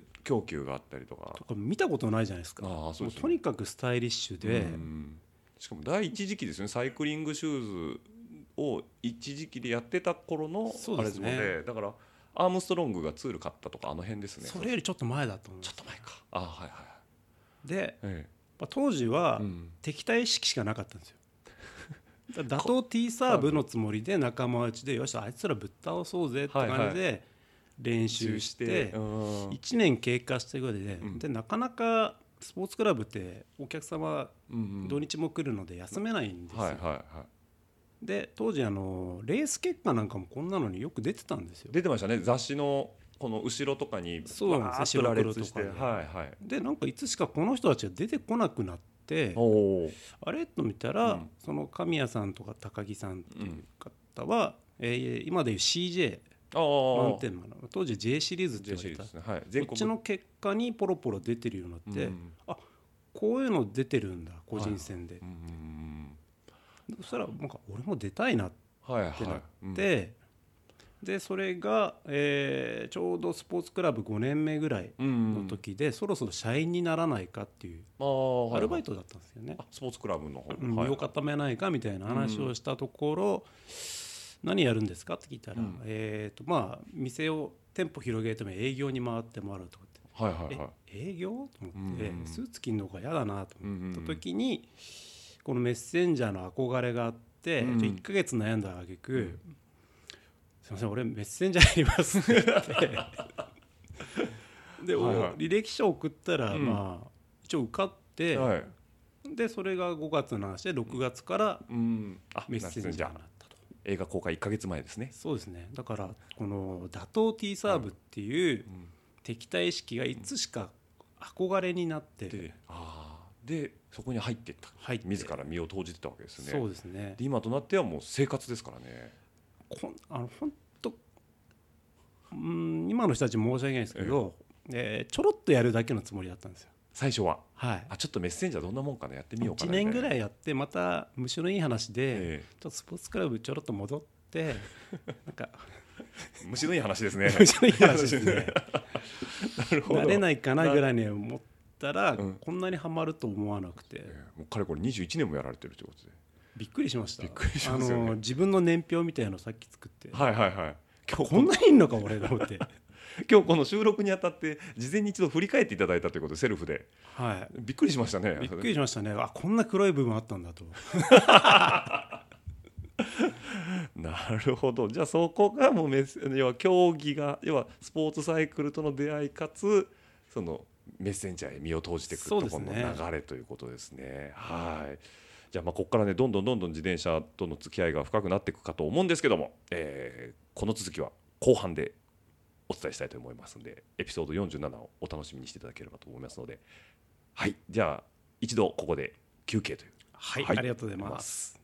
S3: ズ
S2: 供給があったりとか
S3: とか見たことないじゃないですか
S2: ああそうですね
S3: もうとにかくスタイリッシュで、
S2: うんしかも第一時期ですよねサイクリングシューズを一時期でやってた頃の
S3: そ
S2: あ
S3: うで
S2: れです
S3: す
S2: も
S3: ね
S2: んねだからアームストロングがツール買ったとかあの辺ですね
S3: それよりちょっと前だと思いま
S2: ちょ
S3: す
S2: っと前かあはいはい
S3: で、
S2: え
S3: まあ、当時は
S2: えうん
S3: 敵対意識しかなかった んですよだから打倒 T サーブのつもりで仲間内でよしあいつらぶっ倒そうぜって感じで練習して
S2: うん
S3: 1年経過してぐらいで
S2: うん
S3: でなかなかスポーツクラブってお客様
S2: うん
S3: 土日も来るので休めないんですよ、
S2: はいはいは
S3: で当時あのレース結果なんかもこんなのによく出てたんですよ
S2: い出てましたね雑誌のこの後ろとかに
S3: そうなんですよ
S2: バーッと羅列して
S3: 白
S2: はい
S3: 黒とか
S2: はい
S3: でなんかいつしかこの人たちが出てこなくなって
S2: おお
S3: あれと見たら、
S2: うん
S3: その神谷さんとか高木さんっていう方は、えー今でいう CJ
S2: あ
S3: 満
S2: あ
S3: 点なの当時 J シリーズって言われ
S2: JC
S3: た
S2: で
S3: こ
S2: すねはい
S3: っちの結果にポロポロ出てるようになって、
S2: うん
S3: こういうの出てるんだ個人戦で、
S2: うんうん
S3: そしたらなんか俺も出たいなっ
S2: うんはい
S3: てな
S2: は
S3: っ
S2: い
S3: て、でそれが、えーちょうどスポーツクラブ5年目ぐらい
S2: の
S3: の時で、そろそろ社員にならないかっていう
S2: あーはい
S3: アルバイトだったんですよね
S2: あ、スポーツクラブの方、
S3: うん
S2: はい
S3: 身を固めないかみたいな話をしたところ、何やるんですかって聞いたら、
S2: うん
S3: えーとまあ、店を店舗広げるために営業に回ってもらうとかって、
S2: はいはいはい
S3: え営業と思って、
S2: うん
S3: スーツ着るのが嫌だなと
S2: うんうんう
S3: 思
S2: ん
S3: った時に、このメッセンジャーの憧れがあって、
S2: うん
S3: 1か月悩んだ挙句、
S2: うん
S3: すいません俺メッセンジャーやります」って 言ってで、
S2: はいはい
S3: お履歴書送ったら、
S2: うん
S3: まあ一応受かって。
S2: はい、
S3: でそれが5月の話で6月から
S2: うん、あ
S3: メッセ
S2: な
S3: ンジャーに
S2: るほ
S3: なっ
S2: ど
S3: たと
S2: 映画公開一ヶ月前ですね。
S3: そうですねだからこの打倒 T サーブっていう敵対意識がいつしか憧れになって
S2: で、ああ、で、そこに入っていった。
S3: 入って
S2: 自ら身を投じてたわけですね。
S3: そうですね
S2: で今となってはもう生活ですからね。
S3: こんあの本当うん今の人たち申し訳ないですけど、えーちょろっとやるだけのつもりだったんですよ
S2: 最初は、
S3: はい
S2: あ、ちょっとメッセンジャーどんなもんかな、やってみようか
S3: 1
S2: なみたい
S3: 年
S2: な。
S3: ぐらい
S2: い。
S3: やってまた虫のいい話で、
S2: え
S3: ちょっとスポーツクラブちょろっと戻って なんか
S2: え虫のいい話ですね。
S3: 虫のいい話ですね
S2: なるほど。
S3: 慣れないかなぐらいに思ったら、
S2: うん
S3: こんなにはまると思わなくて
S2: ええもうかれこれ21年もやられてるということで。
S3: びっくりしました
S2: びっくりしますよね
S3: あの自分の年表みたいのさっき 作って、
S2: はいはいはい。今日
S3: こんなにいんのか俺と思って
S2: 今日この収録にあたって事前に一度振り返っていただいたということでセルフで
S3: は
S2: びっくりしましたね。
S3: いびっくりしましたねあこんな黒い部分あったんだと
S2: なるほどじゃあそこがもうメッセ要は競技が要はスポーツサイクルとの出会いかつそのメッセンジャーへ身を投じていく
S3: そう
S2: と
S3: で
S2: こ
S3: す
S2: ろ
S3: ね
S2: の流れということですね。はいじゃあまあここからねどんどんどんどん自転車との付き合いが深くなっていくかと思うんですけども、えーこの続きは後半でお伝えしたいと思いますのでエピソード47をお楽しみにしていただければと思いますのではいじゃあ一度ここで休憩という
S3: はい、
S2: はい
S3: ありがとうございます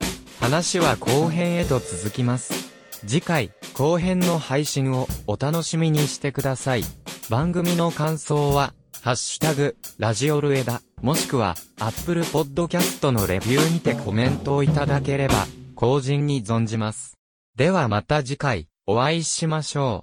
S2: す。
S4: 話は後編へと続きます。次回、後編の配信をお楽しみにしてください。番組の感想は、ハッシュタグ、ラジオルエダ、もしくは、アップルポッドキャストのレビューにてコメントをいただければ、後人に存じます。ではまた次回、お会いしましょう。